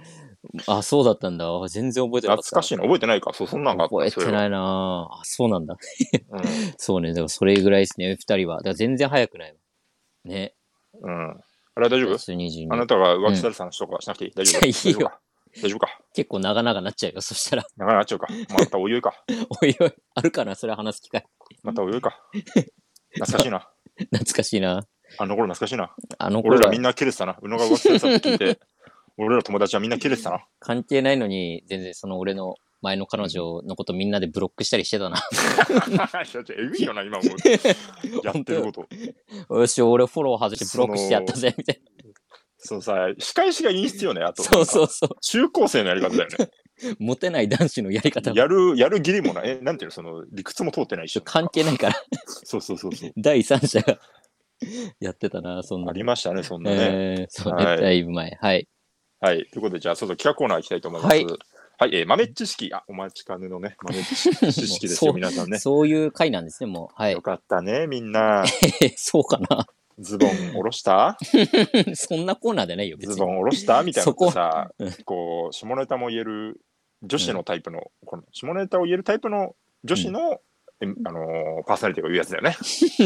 Speaker 2: あ、そうだったんだ。全然覚えてなかっ
Speaker 3: 懐
Speaker 2: た。
Speaker 3: かしいな、覚えてないか。そう、そんなんがあった
Speaker 2: 覚えて
Speaker 3: い。
Speaker 2: ないなぁあ、そうなんだ。
Speaker 3: そう
Speaker 2: そうね。でもそれぐらいですね、二人は。だから全然早くないわ。ね。
Speaker 3: いうのうん。うん。あれは大丈夫
Speaker 2: 私22
Speaker 3: あなたが浮気されてた話とかしなくていい大丈夫
Speaker 2: いやいいよ
Speaker 3: 大丈夫か
Speaker 2: 結構長々なっちゃうよ。そしたら、 <laughs>
Speaker 3: なかなかなっちゃうか。 <laughs> またお湯か。
Speaker 2: おいおい、あるかなそれ話す機会。
Speaker 3: またお湯 <laughs> か。懐かしいな。
Speaker 2: 懐かしいな
Speaker 3: あの頃懐かしいな。
Speaker 2: あの
Speaker 3: 俺
Speaker 2: 頃
Speaker 3: らみ
Speaker 2: は
Speaker 3: んな切れてたな。宇野が浮気されてたって聞い <laughs> て、俺ら友達はみんな切れ <laughs> てたな。
Speaker 2: 関係ないのに、全然その俺の前の彼女のことみんなでブロックしたりしてたな。
Speaker 3: えぐいよな、今もう。 <laughs> やってること。
Speaker 2: よし、俺フォロー外してブロックしてやったぜ、みたいな。
Speaker 3: そうさ、仕返しがいい必要ね、あと。
Speaker 2: そうそうそ
Speaker 3: 中高生のやり方だよね。
Speaker 2: う。モテない男子のやり方
Speaker 3: やる、やる義理もない。え、なんていうの、その、理屈も通ってないし。
Speaker 2: 関係ないから、
Speaker 3: <laughs> そうそうそうそう。
Speaker 2: 第三者がやってたな、そん
Speaker 3: あ
Speaker 2: な。
Speaker 3: りましたね、そんなね。
Speaker 2: えー、そうね、
Speaker 3: はい
Speaker 2: だいぶ前。はい。
Speaker 3: はい。ということで、じゃあ、そうそう、企画コーナー行きたいと思います。
Speaker 2: は
Speaker 3: はいい。えー豆知識。あ、お待ちかねのね、豆知識 <laughs> 知識です
Speaker 2: そう
Speaker 3: よ、皆さんね。
Speaker 2: そういう回なんですね、もう。はい
Speaker 3: よ。かったね、み
Speaker 2: <laughs>
Speaker 3: んな。
Speaker 2: そうかな。 <laughs>
Speaker 3: ズボン下ろした
Speaker 2: そんなコーナーじゃないよ、別
Speaker 3: ズ
Speaker 2: に
Speaker 3: ボ。ン下ろしたみたいな
Speaker 2: そこ
Speaker 3: ことさ
Speaker 2: うん、
Speaker 3: こう、下ネタも言える、女子のタイプの、この下ネタを言えるタイプの女子の、えあのーパーソナリティが言うやつだよね。
Speaker 2: <laughs>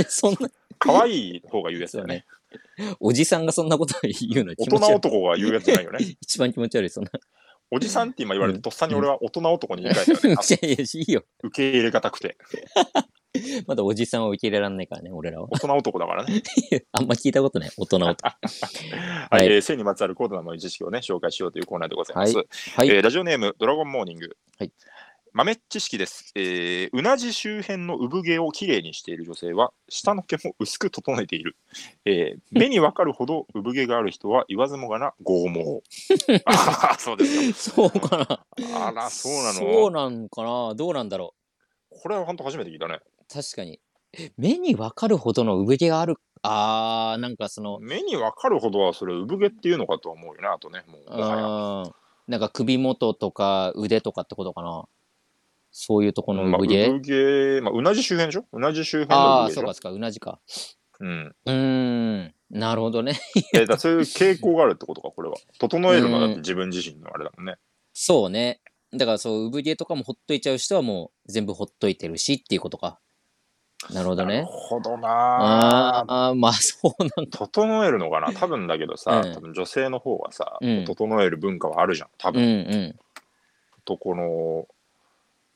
Speaker 2: そんな、
Speaker 3: 可愛い方が言うやつだよね。
Speaker 2: おじさんがそんなこと言うの
Speaker 3: 大
Speaker 2: <laughs> 気持ち
Speaker 3: 人
Speaker 2: 悪い。
Speaker 3: 男が言うやつじゃないよ
Speaker 2: <laughs>
Speaker 3: ね。
Speaker 2: 一番気持ち悪い、そんな。
Speaker 3: おじさんって今言われ
Speaker 2: う
Speaker 3: て、
Speaker 2: ん
Speaker 3: とっさに俺は大人男に言い換えたよね。あ
Speaker 2: いやいや、いいよ。
Speaker 3: 受け入れがたくて。
Speaker 2: まだおじさんを受け入れられないからね、俺ら
Speaker 3: <laughs>
Speaker 2: は。
Speaker 3: 大人男だからね。
Speaker 2: あんま聞いたことない、大人を。
Speaker 3: <laughs> はい、
Speaker 2: はい
Speaker 3: えー性にまつわる高度な豆知識をね、紹介しようというコーナーでございます。
Speaker 2: ははい。
Speaker 3: えーラジオネーム、ドラゴンモーニング。
Speaker 2: はい
Speaker 3: 豆知識です、えーうなじ周辺の産毛をきれいにしている女性は、下の毛も薄く整えている。
Speaker 2: <laughs>
Speaker 3: えー目にわかるほど産毛がある人は言わずもがな、剛
Speaker 2: <laughs>
Speaker 3: 毛。あーそうです
Speaker 2: そうか
Speaker 3: か。あら、
Speaker 2: な。
Speaker 3: そうなの。
Speaker 2: そうなんかな。どうなんだろ
Speaker 3: これは本当初めて聞いたね。
Speaker 2: う。確かに。目にわかるほどの産毛がある。あー、なんかその、
Speaker 3: 目にわかるほどは、それ、産毛っていうのかとは思うよね、あとね。もうもはや
Speaker 2: あーなんか首元とか腕とかってことかな。そういうとこの
Speaker 3: まあ
Speaker 2: 産毛。
Speaker 3: 産毛、まあ、うなじ周辺でしょうなじ周
Speaker 2: あ
Speaker 3: 辺の産
Speaker 2: あ、
Speaker 3: 毛で
Speaker 2: そう
Speaker 3: し
Speaker 2: か、そ
Speaker 3: ょ
Speaker 2: うか、うなじか。
Speaker 3: うん。
Speaker 2: うーん、なるほどね。 <laughs>
Speaker 3: えーだからそういう傾向があるってことか、これは。整えるのはだって自分自身のあれだもんね。
Speaker 2: そうね。だからそう、産毛とかもほっといちゃう人はもう全部ほっといてるしっていうことか。なるほど
Speaker 3: なる
Speaker 2: ね。
Speaker 3: ほど
Speaker 2: あ
Speaker 3: なぁ。
Speaker 2: あー、まあそうなん
Speaker 3: 整えるのかな多分だけどさ、
Speaker 2: うん
Speaker 3: 多分女性の方はさ、
Speaker 2: うん
Speaker 3: 整える文化はあるじゃん。多
Speaker 2: うん
Speaker 3: 分、
Speaker 2: う
Speaker 3: 男の、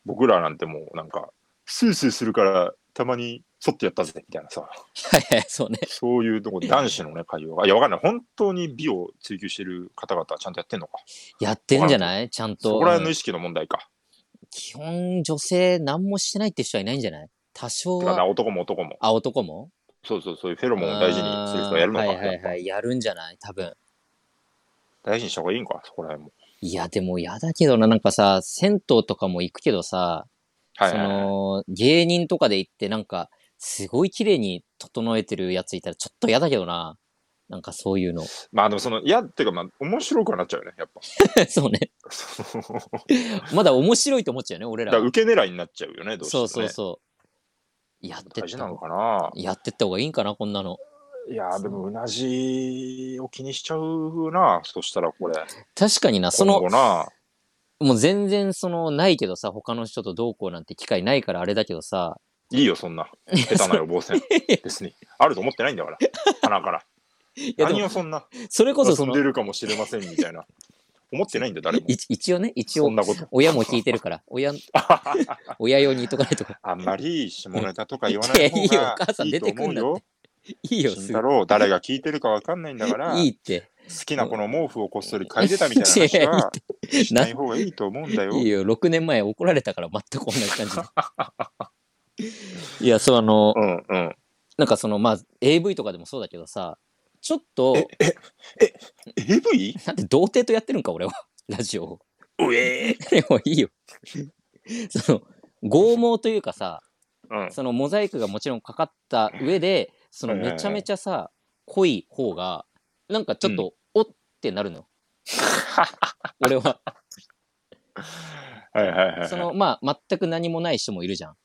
Speaker 3: 僕らなんてもうなんか、スースーするから、たまに、そってやったぜみたいな
Speaker 2: <laughs>
Speaker 3: さ、
Speaker 2: ん。はいはい、そうね。
Speaker 3: そういうとこ、男子のね、会話が。いや、わかんない。本当に美を追求してる方々はちゃんとやってんのか。
Speaker 2: やってんじゃないちゃん
Speaker 3: そ
Speaker 2: と
Speaker 3: こ。ら辺
Speaker 2: う
Speaker 3: の
Speaker 2: ん
Speaker 3: 意識の問題か。
Speaker 2: 基本、女性何もしてないって人はいないんじゃない多少
Speaker 3: てかな、
Speaker 2: は。
Speaker 3: 男も男も。
Speaker 2: あ、男も
Speaker 3: そうそう、そういうフェロモンを大事にする人はやるのか。
Speaker 2: あーはいは
Speaker 3: や
Speaker 2: い
Speaker 3: っぱ
Speaker 2: はい。やるんじゃない多分。
Speaker 3: 大事にした方がいいんか、そこら辺も。
Speaker 2: いや、でも嫌だけどな。なんかさ、銭湯とかも行くけどさ、
Speaker 3: はい
Speaker 2: そ
Speaker 3: はいはい、
Speaker 2: の芸人とかで行ってなんかすごい綺麗に整えてるやついたらちょっと嫌だけどななんかそういうの <laughs>
Speaker 3: まあでもその、いや、っていうかまあ、面白くはなっちゃうよね、やっぱ。
Speaker 2: そうね
Speaker 3: その
Speaker 2: まだ面白いと思っちゃうよね俺
Speaker 3: だ
Speaker 2: ら
Speaker 3: から
Speaker 2: は
Speaker 3: 受け狙いになっちゃうよね、どうして
Speaker 2: そう
Speaker 3: も、ね。
Speaker 2: そうそうやってっ
Speaker 3: 大事な
Speaker 2: た
Speaker 3: のかな
Speaker 2: やってった方がいいんかなこんなの
Speaker 3: いやーでもうなじを気にしちゃうなそしたらこれ
Speaker 2: 確かになそ
Speaker 3: 今
Speaker 2: の
Speaker 3: 後な
Speaker 2: もう全然そのないけどさ他の人とどうこうなんて機会ないからあれだけどさ
Speaker 3: いいよそんな下手な予
Speaker 2: <laughs>
Speaker 3: 防線別にあると思ってないんだから鼻から
Speaker 2: いやで
Speaker 3: 何
Speaker 2: も
Speaker 3: をそんな
Speaker 2: それこそそ
Speaker 3: 遊ん
Speaker 2: の
Speaker 3: でるかもしれませんみたいな思ってないんだよ誰も
Speaker 2: い一応ね一
Speaker 3: そ
Speaker 2: 応
Speaker 3: んなこと
Speaker 2: 親も聞いてるから
Speaker 3: <laughs>
Speaker 2: 親親用に言っとかないとか
Speaker 3: あんまり下ネタとか言わない
Speaker 2: いやいいよお
Speaker 3: 方
Speaker 2: 母さん
Speaker 3: がいいと思うよ
Speaker 2: いいよ
Speaker 3: 慎
Speaker 2: す
Speaker 3: 太
Speaker 2: ぐ
Speaker 3: 郎誰が聞いてるかわかんないんだから
Speaker 2: いいって
Speaker 3: 好きなこの毛布をこっそり嗅いでたみたい
Speaker 2: <laughs>
Speaker 3: な話はしない方がいいと思うんだよ。
Speaker 2: いいよ、6年前怒られたから全く同じ感じ。いや、そう、あの
Speaker 3: う、んうん。
Speaker 2: なんかその、まあ、AV とかでもそうだけどさ、ちょっと、
Speaker 3: AV?
Speaker 2: なんで童貞とやってるんか、俺は、ラジオを。
Speaker 3: うえ
Speaker 2: でもいいよ。その、剛毛というかさ、
Speaker 3: うん。
Speaker 2: そのモザイクがもちろんかかった上で、そのめちゃめちゃさ、濃い方が、なんかちょっと、おってなるの。俺は、
Speaker 3: はいはいはい。
Speaker 2: その、まあ、全く何もない人もいるじゃん。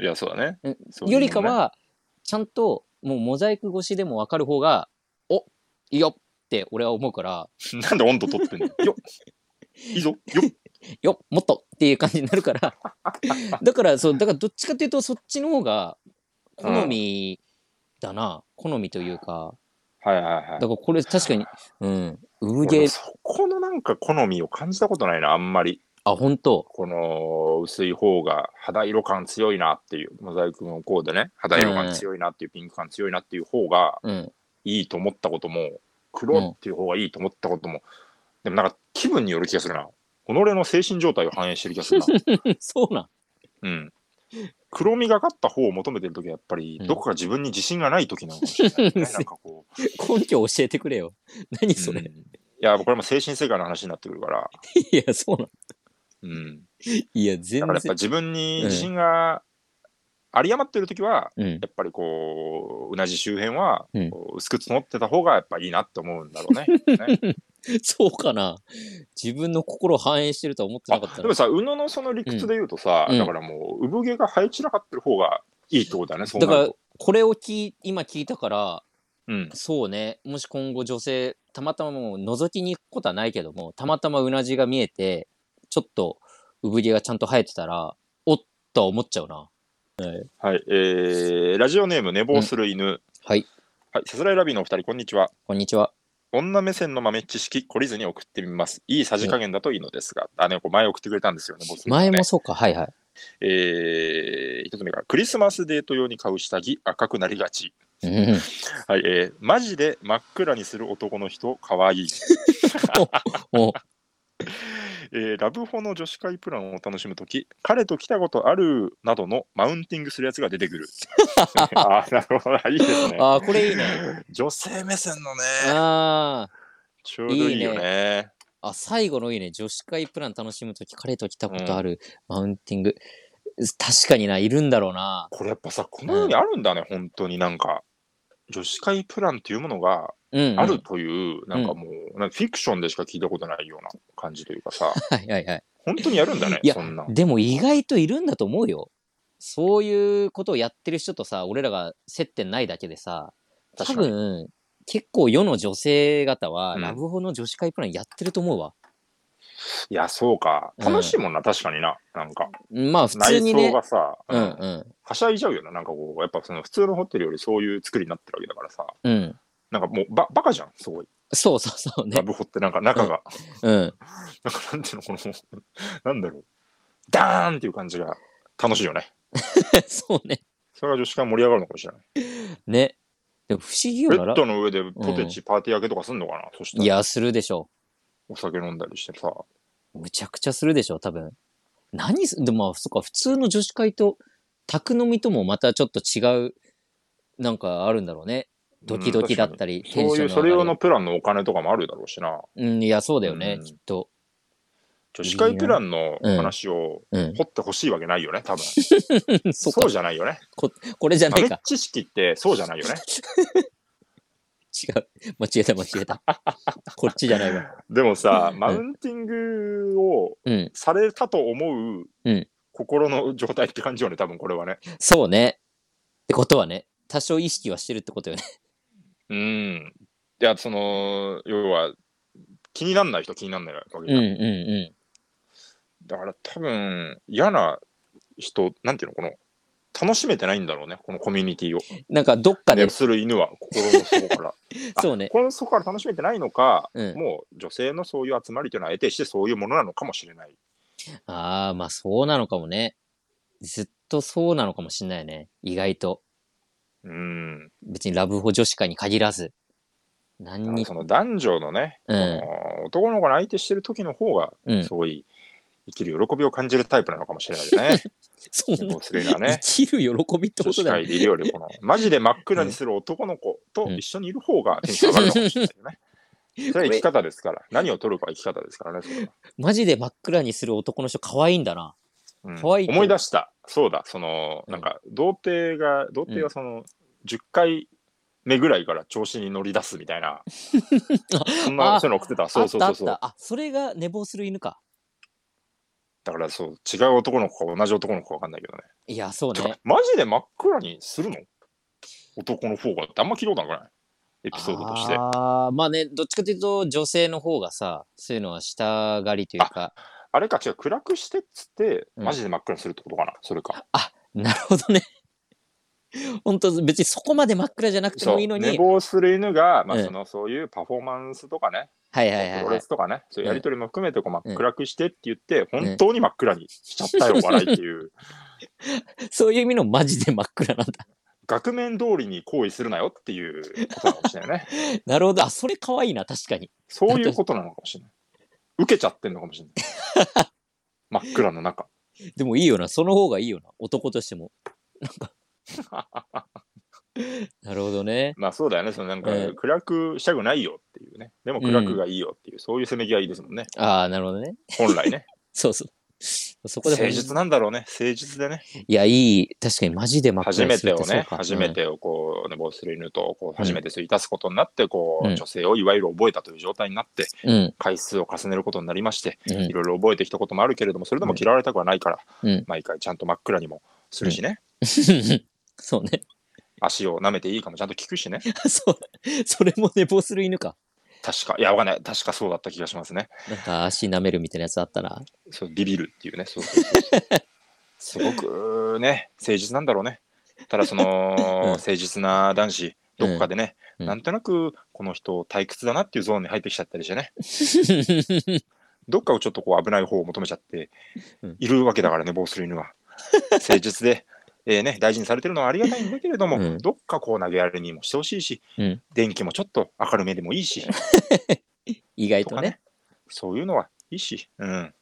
Speaker 3: いや、そうだね。
Speaker 2: うん
Speaker 3: そういう
Speaker 2: よ
Speaker 3: のね
Speaker 2: りか、は、ちゃんと、もうモザイク越しでも分かる方が、おいいよって俺は思うから、
Speaker 3: なんで温度取ってんのよいいぞよ
Speaker 2: よもっとっていう感じになる
Speaker 3: <laughs>
Speaker 2: から、だから、そう、だからどっちかというと、そっちの方が、好みだな、好みというか、
Speaker 3: はいはいはい
Speaker 2: だからこれ確かに、うん、産
Speaker 3: 俺
Speaker 2: 毛
Speaker 3: も、そこのなんか好みを感じたことないな、あんまり。
Speaker 2: あ、本当
Speaker 3: この薄い方が肌色感強いなっていう、モザイクのこうでね、肌色感強いなっていう、ピンク感強いなっていう方が、
Speaker 2: うん。 <laughs>
Speaker 3: いいと思ったことも黒っていう方がいいと思ったことも、でもなんか気
Speaker 2: <laughs>
Speaker 3: 分による気がするな己の精神状態を反映してる気がするな
Speaker 2: そうなん。
Speaker 3: うん黒みがかった方を求めてる時はやっぱり
Speaker 2: うん
Speaker 3: どこか自分に自信がない時なのかもしれない、
Speaker 2: <laughs>
Speaker 3: ねなんかこう
Speaker 2: 根拠教えてくれよ。何それ。
Speaker 3: うんいやこれも精神世界の話になってくるから、
Speaker 2: いや、そうなの。
Speaker 3: うん、
Speaker 2: いや、全
Speaker 3: だからやっぱ
Speaker 2: 然。
Speaker 3: 自分に自信が有り余ってる時は
Speaker 2: うん、
Speaker 3: やっぱりこううなじ周辺は
Speaker 2: うん
Speaker 3: こう薄く募ってた方がやっぱいいなって思うんだろ
Speaker 2: <laughs>
Speaker 3: うね。ね
Speaker 2: そうかな。自分の心を反映してるとは思ってなかった
Speaker 3: あで
Speaker 2: な
Speaker 3: もさ宇野のその理屈で言うとさ、
Speaker 2: うん
Speaker 3: だからもう産毛が生え散らかってる方がいいってことだねそう
Speaker 2: だ
Speaker 3: な
Speaker 2: から
Speaker 3: ると。、
Speaker 2: これを聞い今聞いたから、
Speaker 3: うん
Speaker 2: そうね、もし今後女性、たまたまもう覗きに行くことはないけども、たまたまうなじが見えて、ちょっと産毛がちゃんと生えてたら、おっとは思っちゃうな。
Speaker 3: はいえーラジオネーム寝坊する犬、
Speaker 2: はい、
Speaker 3: はい、さすらいラビーのお二人こんにちは。
Speaker 2: こんにちは。
Speaker 3: 女目線の豆知識懲りずに送ってみます。いいさじ加減だといいのですが、あね、こう前送ってくれたんですよね、ボス、ね。
Speaker 2: 前もそうか、はいはい。
Speaker 3: えー、一つ目が、クリスマスデート用に買う下着、赤くなりがち。 <laughs>
Speaker 2: うん、
Speaker 3: はい、えー、マジで真っ暗にする男の人、かわいい。
Speaker 2: もう、
Speaker 3: <laughs> えーラブホの女子会プランを楽しむとき、彼と来たことあるなどのマウンティングするやつが出て
Speaker 2: <laughs>
Speaker 3: くる。あーなるほど、いいですね。
Speaker 2: ああ、これいいね。
Speaker 3: 女性目線のね、
Speaker 2: ああ。
Speaker 3: ちょうどいいよ
Speaker 2: いい
Speaker 3: ね。
Speaker 2: あ、最後のいいね。女子会プラン楽しむとき、彼と来たことある、マウンティング。確かにな、いるんだろうな。
Speaker 3: これやっぱさ、この世にあるんだね、本当になんか。女子会プランっていうものが
Speaker 2: うん、うん。
Speaker 3: あるという、なんかもう、なんかフィクションでしか聞いたことないような感じというかさ、
Speaker 2: <laughs> はいはいはい。
Speaker 3: 本当にやるんだね
Speaker 2: い、や
Speaker 3: そんなん。
Speaker 2: でも意外といるんだと思うよ。そういうことをやってる人とさ、俺らが接点ないだけでさ、多
Speaker 3: 確かに
Speaker 2: 分、結構世の女性方は、
Speaker 3: うん
Speaker 2: ラブホの女子会プランやってると思うわ。
Speaker 3: いや、そうか。
Speaker 2: うん
Speaker 3: 楽しいもんな、確かにな。なんか、
Speaker 2: まあ、普通
Speaker 3: 内
Speaker 2: に
Speaker 3: 装
Speaker 2: ね。
Speaker 3: がさ、
Speaker 2: う
Speaker 3: うんん
Speaker 2: うん。
Speaker 3: はしゃいじゃうよな。なんかこう、やっぱその普通のホテルよりそういう作りになってるわけだからさ、
Speaker 2: うん。
Speaker 3: なんかもうバ、バカじゃん、すごい。
Speaker 2: そうそうそう
Speaker 3: ラ
Speaker 2: ね。
Speaker 3: ブホってなんか中が、
Speaker 2: うん。 <laughs>
Speaker 3: なんかなんていうの、この、 <laughs> なんだろう、ダーンっていう感じが楽しいよね。
Speaker 2: そうね。
Speaker 3: それが女子会盛り上がるのかもしれない。
Speaker 2: ね。でも不思議よ
Speaker 3: ベ
Speaker 2: な
Speaker 3: ッ
Speaker 2: ら。
Speaker 3: ドの上でポテチ、パーティー開けとかすんのかな、そした
Speaker 2: い
Speaker 3: ら
Speaker 2: や、するでしょう。
Speaker 3: お酒飲んだりしてさ。
Speaker 2: むちゃくちゃするでしょ、多分。何す、でもまあ、そっか、普通の女子会と、宅飲みともまたちょっと違う、なんかあるんだろうね。ドキドキだったり、テン
Speaker 3: そう
Speaker 2: ション
Speaker 3: いう、
Speaker 2: の
Speaker 3: それ
Speaker 2: 上が
Speaker 3: 用
Speaker 2: り
Speaker 3: のプランのお金とかもあるだろうしな。
Speaker 2: うん、いや、そうだよね、
Speaker 3: うん
Speaker 2: きっと。 <laughs>
Speaker 3: 女子会プランの
Speaker 2: うん
Speaker 3: 話を
Speaker 2: うん。
Speaker 3: 掘ってほしいわけないよね、多分。
Speaker 2: そっ
Speaker 3: そう
Speaker 2: か、
Speaker 3: じゃないよね。
Speaker 2: これじゃない
Speaker 3: 豆
Speaker 2: か。
Speaker 3: 知識ってそうじゃない
Speaker 2: <laughs>
Speaker 3: よね。
Speaker 2: 違う。間違えた、間違えた。 <laughs> こっちじゃないわ。
Speaker 3: でもさ、マウンティングを
Speaker 2: うん。
Speaker 3: されたと思う
Speaker 2: うん
Speaker 3: 心の状態って感じよね、多分これはね。
Speaker 2: そうね。ってことはね、多少意識はしてるってことよね。
Speaker 3: うん。いや、その、要は、気になんない人気になんないわけ
Speaker 2: う
Speaker 3: じゃ
Speaker 2: ん
Speaker 3: ん、
Speaker 2: うんう
Speaker 3: だから多分、嫌な人、なんていうの、この、楽しめてないんだろうね、このコミュニティを。
Speaker 2: ん。 <laughs> なんか、どっかで、
Speaker 3: する犬は心の底から。
Speaker 2: <laughs>
Speaker 3: あ
Speaker 2: そうね。
Speaker 3: 心の底から楽しめてないのか、
Speaker 2: うん。
Speaker 3: もう女性のそういう集まりというのは得てしてそういうものなのかもしれない。
Speaker 2: ああ、まあそうなのかもね。ずっとそうなのかもしんないね。意外と。
Speaker 3: うん。
Speaker 2: 別にラブホ女子会に限らず。何に
Speaker 3: そ、の男女のね、
Speaker 2: うん
Speaker 3: この男の子の相手してる時の方が、
Speaker 2: うん。
Speaker 3: すごい生きる喜びを感じるタイプなのかもしれない
Speaker 2: <laughs>
Speaker 3: よね。
Speaker 2: そんな
Speaker 3: ボ、スレイナ
Speaker 2: <laughs>
Speaker 3: ーね。
Speaker 2: 生きる喜びってこと
Speaker 3: 女子
Speaker 2: だよ
Speaker 3: 会
Speaker 2: ね。
Speaker 3: でいるよりこの、マジで真っ暗にする男の子と一緒にいる方がテンション上がるかもしれないよ
Speaker 2: <laughs>
Speaker 3: ね。それは生き方ですから、何を取るかは生き方ですからね。それは
Speaker 2: マジで真っ暗にする男の人可愛いんだな。
Speaker 3: うん
Speaker 2: 可愛いと
Speaker 3: 思い出した。そうだ、その、
Speaker 2: うん
Speaker 3: なんか、童貞が、童貞
Speaker 2: うん
Speaker 3: はその、10回目ぐらいから調子に乗り出すみた
Speaker 2: <laughs>
Speaker 3: いな、そん
Speaker 2: あ
Speaker 3: な、そういうの送ってた。そうそう
Speaker 2: あ
Speaker 3: そ
Speaker 2: った
Speaker 3: うそう。
Speaker 2: あった。あ、それが寝坊する犬か。
Speaker 3: だから、そう、違う男の子か同じ男の子かわかんないけどね。
Speaker 2: いや、そう
Speaker 3: てか
Speaker 2: ね。
Speaker 3: マジで真っ暗にするの男の方がってあんま聞いたことなくないエピソードとして。
Speaker 2: ああ、まあね、どっちかというと女性の方がさ、そういうのはしたがりというか。
Speaker 3: あれか、違う、暗くしてっつって、
Speaker 2: うん
Speaker 3: マジで真っ暗にするってことかな、それか。
Speaker 2: なるほどね。本当別にそこまで真っ暗じゃなくて
Speaker 3: そ
Speaker 2: も
Speaker 3: う、
Speaker 2: いいの
Speaker 3: 寝
Speaker 2: に。
Speaker 3: 坊する犬が、まあ、
Speaker 2: うん
Speaker 3: その、そういうパフォーマンスとかね、
Speaker 2: はいはいはい
Speaker 3: プロ
Speaker 2: はい
Speaker 3: レス。とかね、そういうやりとりも含めてこう真
Speaker 2: うん
Speaker 3: っ暗くしてって言って、
Speaker 2: ん
Speaker 3: 本当に真っ暗にしち
Speaker 2: <laughs>
Speaker 3: ゃったよ、笑いっていう。
Speaker 2: そういう意味のマジで真っ暗なんだ。
Speaker 3: 額面通りに行為するなよっていうことかもしれないね。
Speaker 2: なるほど。あ、それ可愛いな、確かに。
Speaker 3: <laughs> そういうことなのかもしれない。受けちゃってんのかもしれない。真っ暗の中。
Speaker 2: でもいいよな。その方がいいよな。男としても。
Speaker 3: <laughs>
Speaker 2: なんか。なるほどね。
Speaker 3: まあそうだよね、そのなんか、
Speaker 2: ええ
Speaker 3: 暗くしたくないよっていうね。でも暗くがいいよっていう、そういうせめぎ合いですもんね。
Speaker 2: ああ、なるほどね。
Speaker 3: 本来ね。
Speaker 2: そうそう。 <laughs> そこで
Speaker 3: 誠実なんだろうね。誠実でね。
Speaker 2: いや、いい。確かにマジで真っ
Speaker 3: 初
Speaker 2: 暗に
Speaker 3: め
Speaker 2: す
Speaker 3: て
Speaker 2: る
Speaker 3: を
Speaker 2: ってそう
Speaker 3: ね、
Speaker 2: か
Speaker 3: 初め。てをこう、寝坊する犬と、こう、
Speaker 2: うん
Speaker 3: 初めて吸い出すことになって、こう、
Speaker 2: うん
Speaker 3: 女性をいわゆる覚えたという状態になって、
Speaker 2: うん。
Speaker 3: 回数を重ねることになりまして、
Speaker 2: うん。
Speaker 3: いろいろ覚えてきたこともあるけれども、それでも嫌われたくはないから、
Speaker 2: うん
Speaker 3: 毎回ちゃんと真っ暗にもするしね、
Speaker 2: うん、 <laughs> そうね。
Speaker 3: 足を舐めていいかもちゃんと聞くしね、
Speaker 2: そう。 <laughs> それも寝坊する犬か。
Speaker 3: 確か、いや、わかんない、確かそうだった気がしますね。
Speaker 2: なんか足舐めるみたいなやつあったら。
Speaker 3: そうビビるっていうね、そうそうそうそう
Speaker 2: <laughs>
Speaker 3: すごくね、誠実なんだろうね。ただ、その、
Speaker 2: うん
Speaker 3: 誠実な男子、どこかでね、
Speaker 2: うん
Speaker 3: なんとなくこの人、退屈だなっていうゾーンに入ってきちゃったりしてね、
Speaker 2: <laughs>
Speaker 3: どっかをちょっとこう危ない方を求めちゃって
Speaker 2: うん
Speaker 3: いるわけだからね、ボースル犬は。誠
Speaker 2: <laughs>
Speaker 3: 実で、えーね、大事にされてるのはありがたいんだけれども、
Speaker 2: うん
Speaker 3: どっかこう投げやりにもしてほしいし、
Speaker 2: うん
Speaker 3: 電気もちょっと明るめでもいいし、
Speaker 2: 意外
Speaker 3: と
Speaker 2: と
Speaker 3: か
Speaker 2: ね
Speaker 3: ね。、そういうのはいいし、うん、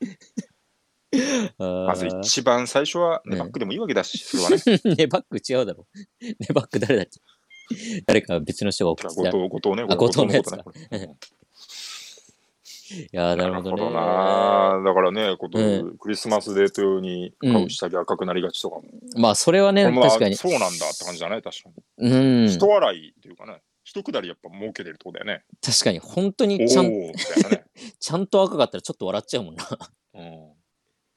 Speaker 2: ま
Speaker 3: まず
Speaker 2: <laughs>
Speaker 3: 一番最初は、ね
Speaker 2: うん
Speaker 3: バックでもいいわけだし、そ
Speaker 2: <laughs>
Speaker 3: れはね、
Speaker 2: ネバック違うだろ。 <laughs> ネバック誰だっけ <laughs> 誰か別の人が送ってき
Speaker 3: 後
Speaker 2: た。い
Speaker 3: 藤、後藤ね、
Speaker 2: あ後藤のやつだ
Speaker 3: 後藤のことねこ
Speaker 2: やー、
Speaker 3: れ
Speaker 2: <laughs> なるほどね。
Speaker 3: なだからね、こと
Speaker 2: う
Speaker 3: クリスマスデート用に買う下着赤くなりがちとかも、
Speaker 2: まあ、それはね、
Speaker 3: これもあ
Speaker 2: 確かに。
Speaker 3: そうなんだって感じだね、確かに。
Speaker 2: うん。
Speaker 3: 人笑いというかね、一くだりやっぱ儲けてるとこだよね。
Speaker 2: 確かに、本当
Speaker 3: おお
Speaker 2: に
Speaker 3: ー
Speaker 2: ちゃん
Speaker 3: みたいなね。
Speaker 2: ちゃんと赤かったらちょっと笑っちゃうもんな。 <laughs>
Speaker 3: うん。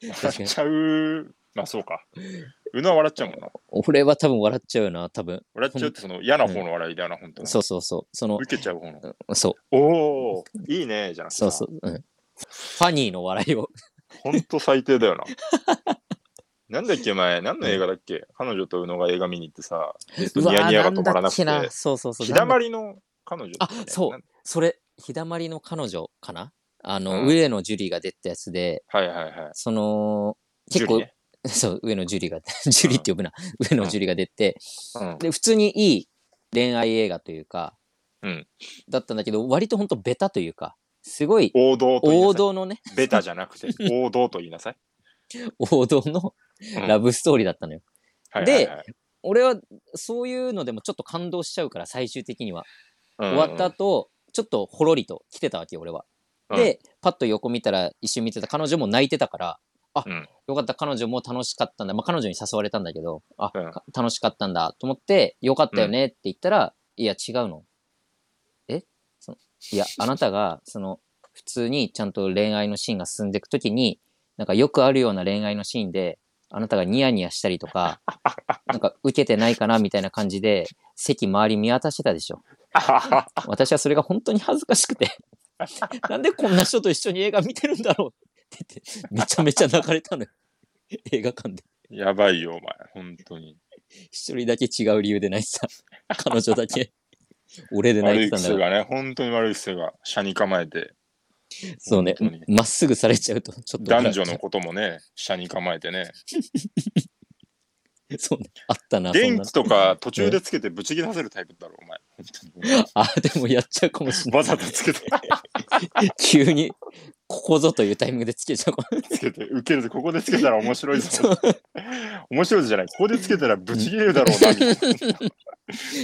Speaker 2: 確か
Speaker 3: 笑
Speaker 2: に
Speaker 3: っちゃう。まあそうか。うな笑っちゃうもんな。
Speaker 2: 俺は多分笑っちゃうよな、多分。
Speaker 3: 笑っちゃうってその嫌な方の笑いだよな、本当に。
Speaker 2: そうそうそう。その、
Speaker 3: 受けちゃう方の。
Speaker 2: そう、
Speaker 3: おおいいね、じゃん。
Speaker 2: そうそう。うん、ファニーの笑いを。
Speaker 3: 本当最低
Speaker 2: <laughs>
Speaker 3: だよな。なんだっけ前、何の映画だっけ彼女と宇野が映画見に行ってさ、ずっと
Speaker 2: う
Speaker 3: ニ
Speaker 2: わ
Speaker 3: ヤニヤ
Speaker 2: ー
Speaker 3: が
Speaker 2: なん
Speaker 3: 止まら
Speaker 2: だ
Speaker 3: な
Speaker 2: っ
Speaker 3: く
Speaker 2: け
Speaker 3: て、
Speaker 2: な。そうそうそう。
Speaker 3: 日だ
Speaker 2: なんだ
Speaker 3: まりの彼女、ね。
Speaker 2: あそう
Speaker 3: なん。
Speaker 2: それ、日だまりの彼女かなあの、
Speaker 3: うん
Speaker 2: 上野樹里が出てたやつで、
Speaker 3: はいはいはい。
Speaker 2: その、結構、
Speaker 3: ジュ
Speaker 2: <laughs> そう、上野樹里が、樹里って呼ぶな、上野樹里が出て、
Speaker 3: リね
Speaker 2: で、普通にいい恋愛映画というか、
Speaker 3: うん
Speaker 2: だったんだけど、割と本当ベタというか、すごい
Speaker 3: うん、王道と言いなさい
Speaker 2: 王道のね、
Speaker 3: ベタじゃな
Speaker 2: <laughs>
Speaker 3: くて、王道と言いなさい。
Speaker 2: 王道の
Speaker 3: うん
Speaker 2: ラブストーリーだったのよ。
Speaker 3: はいはい
Speaker 2: で
Speaker 3: はい
Speaker 2: 俺はそういうのでもちょっと感動しちゃうから、最終的には。
Speaker 3: うんうん
Speaker 2: 終わった後、ちょっとほろりと来てたわけよ、俺は。で、パッと横見たら、一瞬見てた彼女も泣いてたから、あ、
Speaker 3: うん
Speaker 2: よかった、彼女も楽しかったんだ。まあ、彼女に誘われたんだけど、あ、
Speaker 3: うん
Speaker 2: か楽しかったんだと思って、よかったよねって言ったら、いや、違うの。えそのいや、あなたが、その、普通にちゃんと恋愛のシーンが進んでいくときに、なんかよくあるような恋愛のシーンで、あなたがニヤニヤしたりと
Speaker 3: <laughs>
Speaker 2: か、なんか受けてないかなみたいな感じで、席周り見渡してたでしょ。私はそれが本当に恥ずかしくて <laughs> なんでこんな人と一緒に映画見てるんだろうって言ってめちゃめちゃ泣かれたのよ <laughs> 映画館で
Speaker 3: <laughs> やばいよ、お前。本当に。
Speaker 2: 一人だけ違う理由で泣いてた彼女だけ俺で
Speaker 3: 悪
Speaker 2: 泣
Speaker 3: い
Speaker 2: いてたんだ
Speaker 3: 癖
Speaker 2: よ
Speaker 3: がね、本当に悪い癖が、車に構えて、
Speaker 2: そうね
Speaker 3: 本当に
Speaker 2: まっすぐされちゃうとちょっと
Speaker 3: 男女のこともね、車に構えてね。
Speaker 2: そうねあったなそん
Speaker 3: 電
Speaker 2: な
Speaker 3: 気とか途中でつけてぶち切らせるタイプだろ、お前。
Speaker 2: <laughs>
Speaker 3: 本
Speaker 2: あでもやっちゃうかもしれ
Speaker 3: 当に。わざとつけて、
Speaker 2: ない急にここぞというタイミングでつけちゃうかも
Speaker 3: つけて、受けるぜ、ここでつけたら面白い
Speaker 2: そ
Speaker 3: ぞ
Speaker 2: う。
Speaker 3: 面白いぞじゃない、ここでつけたらぶち切れるだろうな、みたい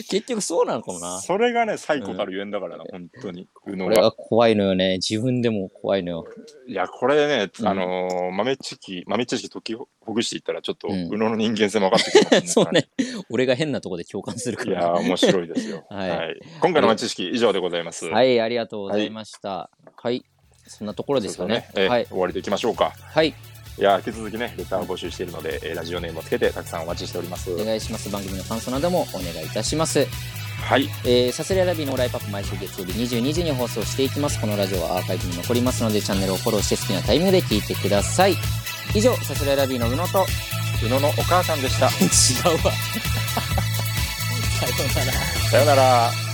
Speaker 2: 結局そうなのかも
Speaker 3: な。
Speaker 2: な
Speaker 3: それがね、最高たるゆえんだからな、本当に。うの
Speaker 2: こ
Speaker 3: が
Speaker 2: れが怖いのよね自分でも怖いのよ
Speaker 3: いや、これね、
Speaker 2: うん
Speaker 3: あのー豆知識、豆知識解きほぐしていったら、ちょっと、
Speaker 2: う
Speaker 3: うんのの人間性も分かってきます
Speaker 2: <laughs> そうね。俺が変なとこで共感するか
Speaker 3: い
Speaker 2: ら
Speaker 3: やー、面白いですよ。
Speaker 2: <laughs> は
Speaker 3: はいい、今回の豆知識、以上でございます。、
Speaker 2: はいい、ありがとうございました。はい、そんなところですかね。
Speaker 3: えー
Speaker 2: はい、
Speaker 3: 終わりでいきましょうか。
Speaker 2: はい、
Speaker 3: いやー、引き続きね、レターを募集しているので、えーラジオネームをつけて、たくさんお待ちしております。
Speaker 2: お願いします。番組の感想などもお願いいたします。
Speaker 3: はい、
Speaker 2: えー、サスレラビのオーライパップ毎週月曜日22時に放送していきます。このラジオはアーカイブに残りますので、チャンネルをフォローして好きなタイミングで聞いてください。以上、サスレラビの宇野と、
Speaker 3: 宇野のお
Speaker 2: <laughs>
Speaker 3: 母さんでした。
Speaker 2: 違うわ。さようなら。
Speaker 3: さよなら。